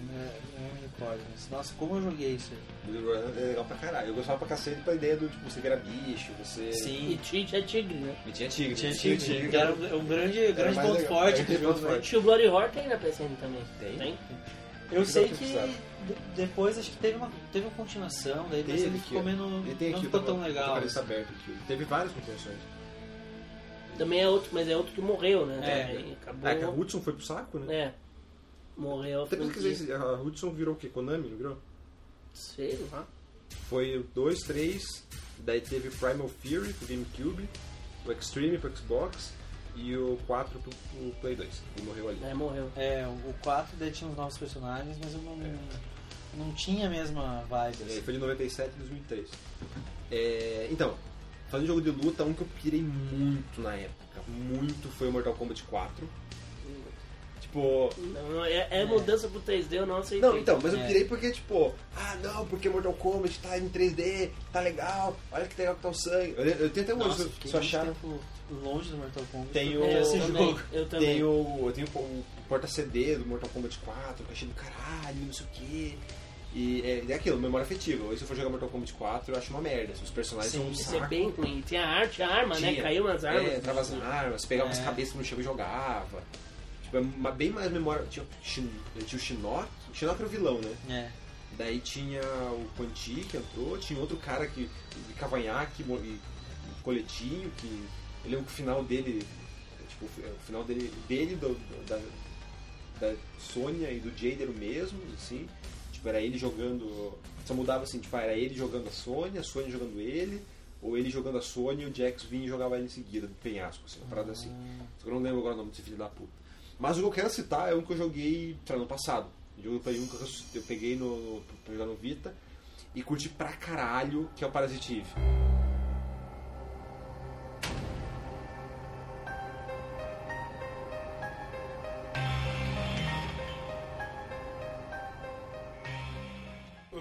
Não é- não me recordo. Mas, nossa, como eu joguei isso aí. Blade Runner é legal pra caralho. Eu gostava pra cacete pra ideia do, tipo, você virar bicho, você... E tinha tigre, né? E tinha É, tigre, Tinha tinha tigre, tigre. que era um, um grande, grande mais ponto legal, forte era um do grande jogo. ponto né? Tinha o Bloody Horror tem na PSN também. Tem? Eu sei que precisava. de- depois acho que teve uma, teve uma continuação, daí mas ele Teve ficou que- menos. Ele tem não aqui, tá ficou eu tão tava- eu legal. tava com isso aberto aqui. Teve várias continuações. Também é outro, mas é outro que morreu, né? É. Também Acabou. Ah, É, que a Hudson foi pro saco, né? É. Morreu. a Até franquia. pesquisei se a Hudson virou o quê? Konami, não virou? Sei lá. Foi o 2, 3, daí teve Primal Fury pro GameCube, o Extreme pro Xbox e o 4 pro, pro Play 2. Ele morreu ali. É, morreu. É, o 4 daí tinha os novos personagens, mas eu não, É. não tinha a mesma vibe. É, assim. foi de 97 e 2003. É, então, falando de jogo de luta, um que eu pirei muito na época, muito foi o Mortal Kombat 4. Tipo, Não, é, é mudança pro 3D, eu não aceitei. Não, então, mas eu É. pirei porque, tipo, ah, não, porque Mortal Kombat tá em 3D, tá legal, olha que legal que tá o sangue. Eu, eu tenho até um hoje, Nossa, se- fiquei se eu muito achar, tempo longe do Mortal Kombat. Tem por o- causa desse eu também, jogo. Eu também. tem o, eu tenho o porta-CD do Mortal Kombat 4, que eu achei do caralho, não sei o quê. E é, é aquilo, memória afetiva. Hoje, se eu for jogar Mortal Kombat 4, eu acho uma merda. Os personagens são um Isso é saco. bem ruim. Tinha a arte, a arma, né? Tinha. Caiu umas armas. É, trava as armas, pegava umas É. cabeças no chão e jogava. Tipo, é uma- bem mais memória. Tinha, o Shin- tinha o Shinnok. O Shinnok era o vilão, né? É. Daí tinha o Quanti que entrou, tinha outro cara que. de cavanhaque, mo- e coletinho, que. Eu lembro que o final dele. é, Tipo, é, o final dele, dele do- do- da, da Sônia e do Jade era o mesmo, assim. Tipo, era ele jogando. Só mudava assim, tipo, era ele jogando a Sônia, a Sônia jogando ele, ou ele jogando a Sônia e o Jax vinha e jogava ele em seguida, do penhasco, assim, uma parada assim. Só que eu não lembro agora o nome desse filho da puta. Mas o que eu quero citar é um que eu joguei sei lá, ano passado. Um Jogo do Play 1 que eu ressusc- eu peguei no, no, pra jogar no Vita e curti pra caralho, que é o Parasite Eve.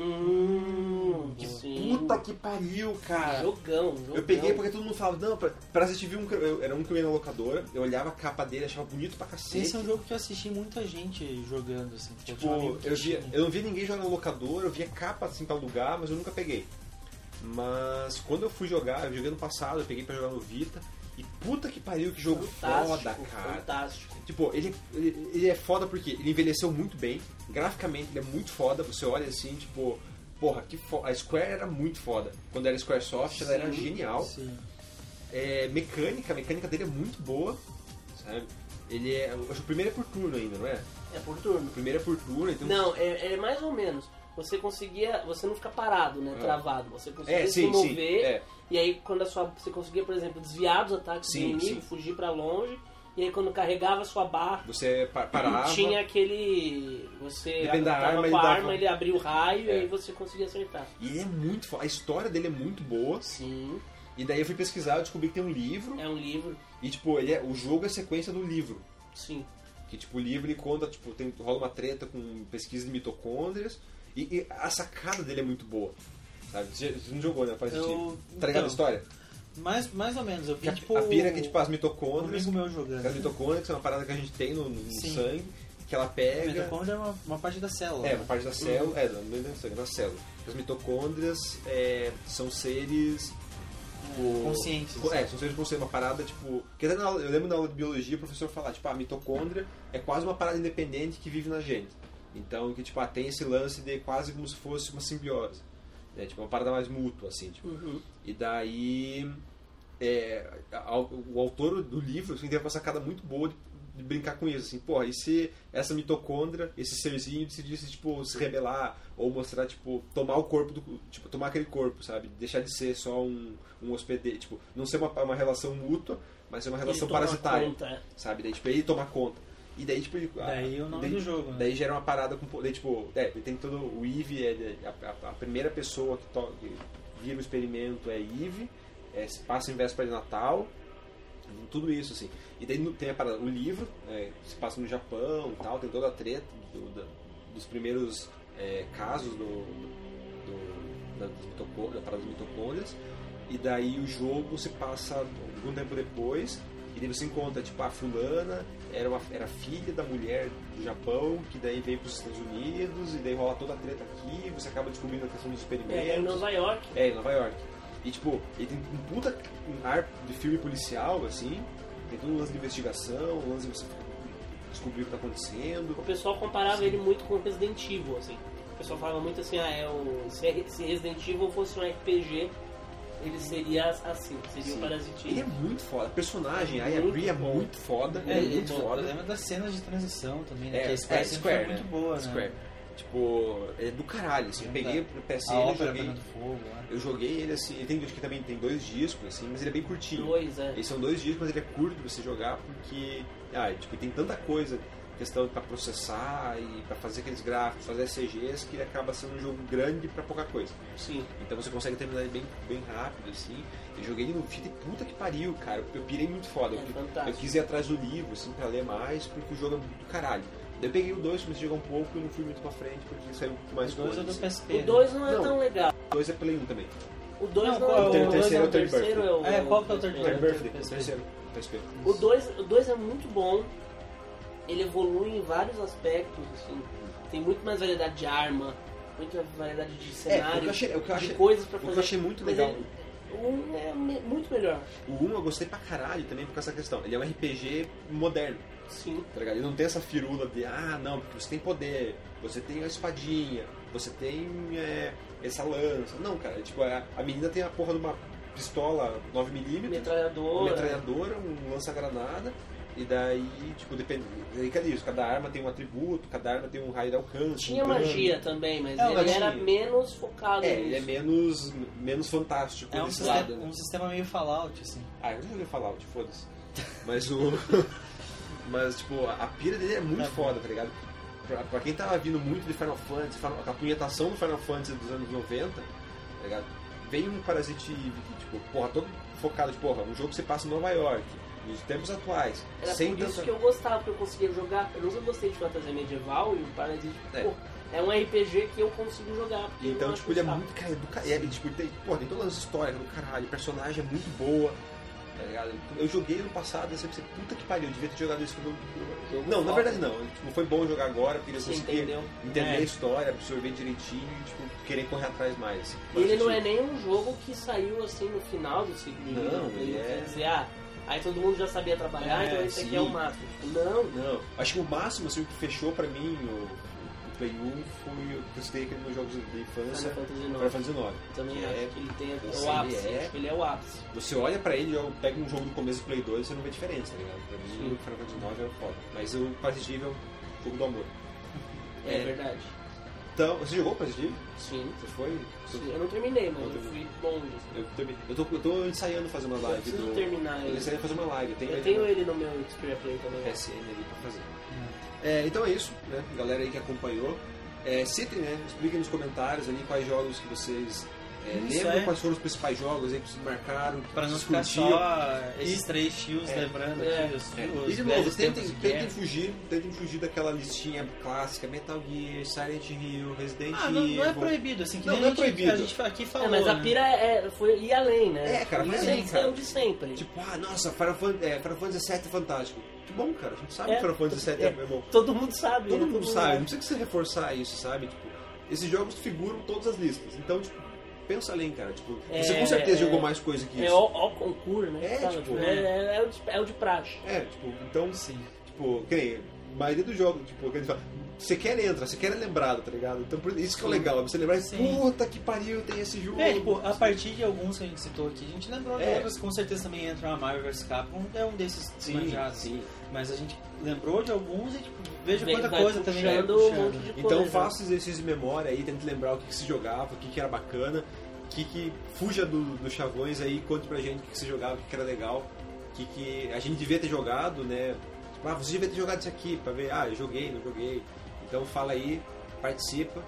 Hum, que sim. Puta que pariu, cara! Jogão, jogão. Eu peguei porque todo mundo falava, não, pra, pra assistir um, que eu- eu- era um que eu ia na locadora, eu olhava a capa dele, achava bonito pra cacete. Esse é um jogo que eu assisti muita gente jogando, assim. porque eu tinha um Tipo, amigo que eu, via, tinha. eu não via ninguém jogar na locadora, eu via capa assim pra alugar, mas eu nunca peguei. Mas quando eu fui jogar, eu joguei no passado, eu peguei pra jogar no Vita, e puta que pariu, que jogo Fantástico, é foda, cara. fantástico. Tipo, ele, ele, ele é foda porque ele envelheceu muito bem, graficamente ele é muito foda, você olha assim, tipo, porra, que fo- a Square era muito foda. Quando era Squaresoft, ela era genial. Sim. É, mecânica, a mecânica dele é muito boa, sabe? Ele é. eu Acho que o primeiro é por turno ainda, não é? É por turno. O primeiro é por turno, então. Não, é, é mais ou menos. Você conseguia. Você não fica parado, né? É. Travado. Você conseguia É, se sim, sim, mover. é. E aí quando a sua. Você conseguia, por exemplo, desviar dos ataques Sim, do inimigo, sim. fugir pra longe. E aí quando carregava a sua barra, Você pa- parava. tinha aquele. Você Depende da tava arma, com a ele dava- arma, ele abria o raio É. e aí você conseguia acertar. E ele é muito foda. A história dele é muito boa. Sim. E daí eu fui pesquisar, eu descobri que tem um livro. É um livro. E tipo, ele é, o jogo é sequência do livro. Sim. Que tipo, o livro ele conta, tipo, tem, rola uma treta com pesquisa de mitocôndrias. E, e a sacada dele é muito boa. Sabe? Você, você não jogou, né? Faz Eu- sentido. Tá ligado então, a história? Mais, mais ou menos, eu vi Que a, tipo. a pira que, tipo, as um mitocôndrias. amigo meu As jogando. mitocôndrias são uma parada que a gente tem no, no Sim. sangue, que ela pega. Mitocôndria é uma, uma parte da célula. É, né? uma parte da célula. É, não não é da sangue, é da célula. As mitocôndrias é, são seres. tipo, Conscientes. co- É, são seres conscientes, uma parada tipo. Que até na aula- eu lembro na aula de biologia o professor falar, tipo, ah, a mitocôndria é quase uma parada independente que vive na gente. Então, que tipo, ah, tem esse lance de quase como se fosse uma simbiose. Né? Tipo, uma parada mais mútua, assim. Tipo. E daí. é, a- o autor do livro assim, teve uma sacada muito boa de, de brincar com isso. Assim, porra, e se essa mitocôndria, esse serzinho decidisse tipo, se rebelar ou mostrar, tipo, tomar o corpo do. Tipo, tomar aquele corpo, sabe? Deixar de ser só um, um hospedeiro. Tipo, não ser uma, uma relação mútua, mas ser uma relação Ele toma parasitária. conta. Sabe? Daí, tipo, ele tomar conta. E daí, tipo, ele- Daí o nome daí- do jogo, né? Daí gera uma parada com. Daí, tipo, é, tem todo. O Eve é a, a- a primeira pessoa que, to, que vira o experimento é Eve, é, se passa em véspera de Natal, tudo isso, assim. E daí no- tem a parada, o livro, é, se passa no Japão e tal, tem toda a treta do- da- dos primeiros é, casos do, do- da, dos mitocô- da parada das mitocôndrias. E daí o jogo se passa algum tempo depois, E daí você encontra, tipo, a fulana era, uma, era filha da mulher do Japão, que daí veio pros Estados Unidos, e daí rola toda a treta aqui, você acaba descobrindo a questão dos experimentos. É, em Nova York. É, em Nova York. E tipo, ele tem um puta ar de filme policial, assim, tem todo um lance de investigação, um lance de você descobrir o que tá acontecendo. O pessoal comparava ele muito com Resident Evil, assim. O pessoal falava muito assim, ah, é o... se, é- se Resident Evil fosse um RPG, ele seria assim, seria Sim. o Ele é Parasitinho. muito foda. A personagem, a Muito Yabri é bom. muito foda. É, É, e, muito pô, eu foda. lembro das cenas de transição também, né? É, que a Square, é, sempre Square, foi né? muito boa, né? Square. Tipo, é do caralho, assim. Eu peguei pro A é PSN, eu ópera joguei, pegando fogo, né? eu joguei ele assim. Ele tem, acho que também tem dois discos, assim, mas ele é bem curtinho. Dois, é. Eles são dois discos, mas ele é curto pra você jogar porque, ah, tipo, tem tanta coisa, questão pra processar e pra fazer aqueles gráficos, fazer CGs, que ele acaba sendo um jogo grande pra pouca coisa. Sim. é Então você consegue terminar ele bem, bem rápido, assim. Eu joguei ele no fita e puta que pariu, cara. Eu pirei muito foda. É Eu- eu, fantástico. quis ir atrás do livro, assim, pra ler mais, porque o jogo é muito do caralho. Daí eu peguei o 2, comecei a jogar um pouco e não fui muito pra frente, porque saiu mais Os dois coisa. é do assim. PSP. O dois não é Não. tão legal. O 2 é Play 1 também. O dois Não, não, qual é o é bom. O dois terceiro é ou o third terceiro. birthday? É, o, É, qual que é o third É, birthday? terceiro? Birthday, o terceiro. PSP. O 2 o dois é muito bom. Ele evolui em vários aspectos, assim. Tem muito mais variedade de arma, muita variedade de É, o que eu cenário, achei- o que eu achei- de coisas pra o que eu fazer. achei muito Mas legal. ele- Um é me- muito melhor. O 1 eu gostei pra caralho também por causa dessa questão. Ele é um RPG moderno, Sim. tá ligado? Ele não tem essa firula de, ah, não, porque você tem poder, você tem a espadinha, você tem é, essa lança. Não, cara, tipo, a, a menina tem a porra de uma pistola 9mm, uma Metralhadora. metralhadora, um lança-granada, e daí, tipo, depende. Daí, cadê isso? Cada arma tem um atributo, cada arma tem um raio de alcance. Tinha um dano. magia também, mas É, ele magia. era menos focado É, nisso. ele é menos, menos fantástico É um desse sistema, lado, né? um sistema meio Fallout, assim. Ah, eu não joguei Fallout, foda-se. Mas o. Mas, tipo, a pira dele é muito foda, tá ligado? Pra, pra quem tava vindo muito de Final Fantasy, Final- a punhetação do Final Fantasy dos anos 90, tá ligado? Veio um Parasite Eve que, tipo, porra, todo focado, de porra, um jogo que você passa em Nova York, nos tempos atuais, Era sem por isso tanta. que eu gostava, porque eu conseguia jogar. Eu nunca gostei de fantasia medieval e o Paradise É. pô, é um RPG que eu consigo jogar. porque eu Então, não tipo, ele é acho muito. Cara, é do ca- é, tipo, ele tem, porra, tem todas as histórias do caralho, personagem é muito boa. Tá ligado? Eu joguei no passado, eu sempre pensei, puta que pariu, eu devia ter jogado isso quando eu- eu. Não, na verdade não. Tipo, foi bom jogar agora, porque você Você conseguia entendeu? entender É. a história, absorver direitinho e tipo, querer correr atrás mais. assim. E ele Mas, não é tipo, nem um jogo que saiu assim no final do segundo. Não, ele é- dizer, ah, aí todo mundo já sabia trabalhar, É, então esse sim. aqui é o máximo. Tipo, Não, Não, acho que o máximo assim, o que fechou pra mim o, o Play 1 foi o que eu citei aqui nos jogos de infância, Final Fantasy Final IX. Fantasy 9. Também que é- acho que ele tem eu é sei, o ápice. ele é- Acho que ele é o ápice. Você olha pra ele, eu pega um jogo do começo do Play 2 e você não vê diferença, tá ligado? Pra mim, Sim. o Final Fantasy 9 é o foda. Mas o Parasite Eve é o jogo do amor. É, É. verdade. Então, você jogou o Parasite Eve? Sim. Você foi? Sim, Eu não terminei, mas Eu eu fui assim. terminei. bom disso. Eu, termi- eu, tô, eu tô ensaiando fazer uma Eu live preciso do. terminar Eu ele. ensaiando fazer uma live. Tem Eu tenho ele no meu Xperia Play também. PSN ali pra fazer. É, então é isso, né? Galera aí que acompanhou. É, citem, né? Expliquem nos comentários ali quais jogos que vocês é, Isso, lembram, é. quais foram os principais jogos aí que vocês marcaram, que Pra não vocês ficar curtiram. só esses três tios É. lembrando É. aqui os, É, os E de velhos novo, tentem, tempos de tentem guerra. fugir, tentem fugir daquela listinha clássica, Metal Gear, Silent Hill, Resident Ah, Evil. não, não é proibido, assim. Que Não, nem não é a gente, proibido. A gente aqui falou, É, mas a né? pira é, foi ir além, né? É, cara, Foi vai isso aí além, que cara. saiu de sempre. Tipo, ah, nossa, Final Fantasy, é, Final Fantasy VII é fantástico. Que bom, cara, a gente sabe É, que Final Fantasy VII é, é. bom. todo mundo sabe. né? É Todo mundo sabe, não sabe. precisa que você reforçar isso, sabe? Tipo, esses jogos figuram todas as listas. Então, tipo, pensa além, cara. Tipo, você É, com certeza é. jogou mais coisa que É isso. o, o concurso, né? É, Fala, tipo, tipo, é, é- é o de, é o de praxe. É, tipo, então, sim. Tipo, que nem, a maioria dos jogos, tipo, que eles falam, você quer entra, você quer é lembrado, tá ligado? Então, por isso que é o legal, é você lembrar, Sim. puta que pariu, tem esse jogo. É, tipo, a partir de alguns que a gente citou aqui, a gente lembrou de É. outros, com certeza também entra a Marvel vs Capcom, é um desses Sim, manjados. sim. Mas a gente lembrou de alguns e, tipo, veja Vem- quanta vai coisa também né? vai puxando um puxando. monte de Então coisa. faça esse exercício de memória aí, tente lembrar o que, que se jogava, o que, que era bacana, o que, que fuja do- dos chavões aí, conte pra gente o que, que se jogava, o que, que era legal, o que, que a gente devia ter jogado, né? Tipo, ah, você devia ter jogado isso aqui, pra ver, ah, eu joguei, não joguei. Então fala aí, participa,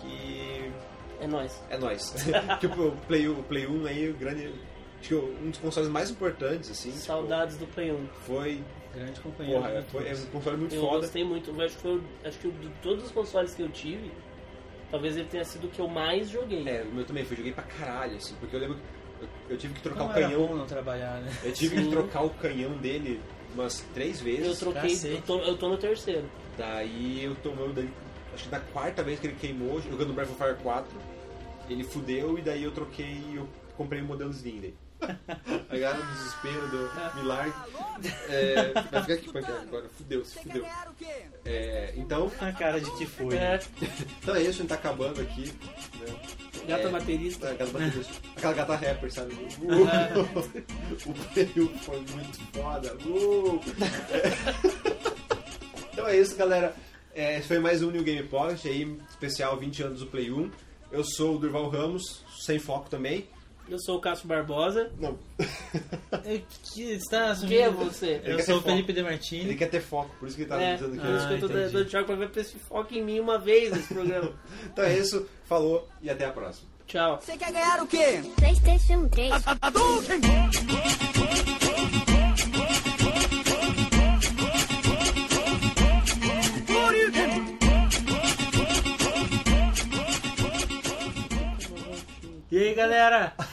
que É nóis. é nóis. tipo, o Play, o Play 1 aí, o grande. Acho que um dos consoles mais importantes, assim. tipo, Saudades do Play 1. foi. Grande companheiro. né? Porra, foi, é um console muito Eu foda. gostei muito. Eu Acho que, foi, o- acho que de todos os consoles que eu tive, talvez ele tenha sido o que eu mais joguei. É, o meu também foi, joguei pra caralho, assim, porque eu lembro que Eu, eu tive que trocar Não o era canhão. bom não trabalhar, né? Eu tive Sim. que trocar o canhão dele umas três vezes. Eu troquei, Cacete. eu tô, eu tô no terceiro. Daí eu tomei o dele, acho que na quarta vez que ele queimou, jogando Breath of Fire 4, ele fudeu e daí eu troquei, eu comprei um modelo Slim dele. A galera do desespero, do milagre. É, vai ficar aqui pancada agora, fudeu, se fudeu. É, então, A cara de que foi. É, então é isso, a gente tá acabando aqui. Né? gata É, baterista. a gata baterista. Aquela gata rapper, sabe? Uh, o período foi muito foda. Uh. Então é isso, galera. É, esse foi mais um New Game Pocket aí, especial 20 anos do Play 1. Eu sou o Durval Ramos, sem foco também. Eu sou o Cássio Barbosa. Não, Eu- que- está Quem é assumindo- você? Ele Eu quer sou o ter foco. Felipe De Martini. ele quer ter foco, por isso que ele tá É, por dizendo que. isso que eu tô Ah, entendi. dando tchau pra ver pra esse foco em mim uma vez nesse programa. Então é isso, falou e até a próxima. tchau. Você quer ganhar o quê? PlayStation 3. E aí, galera?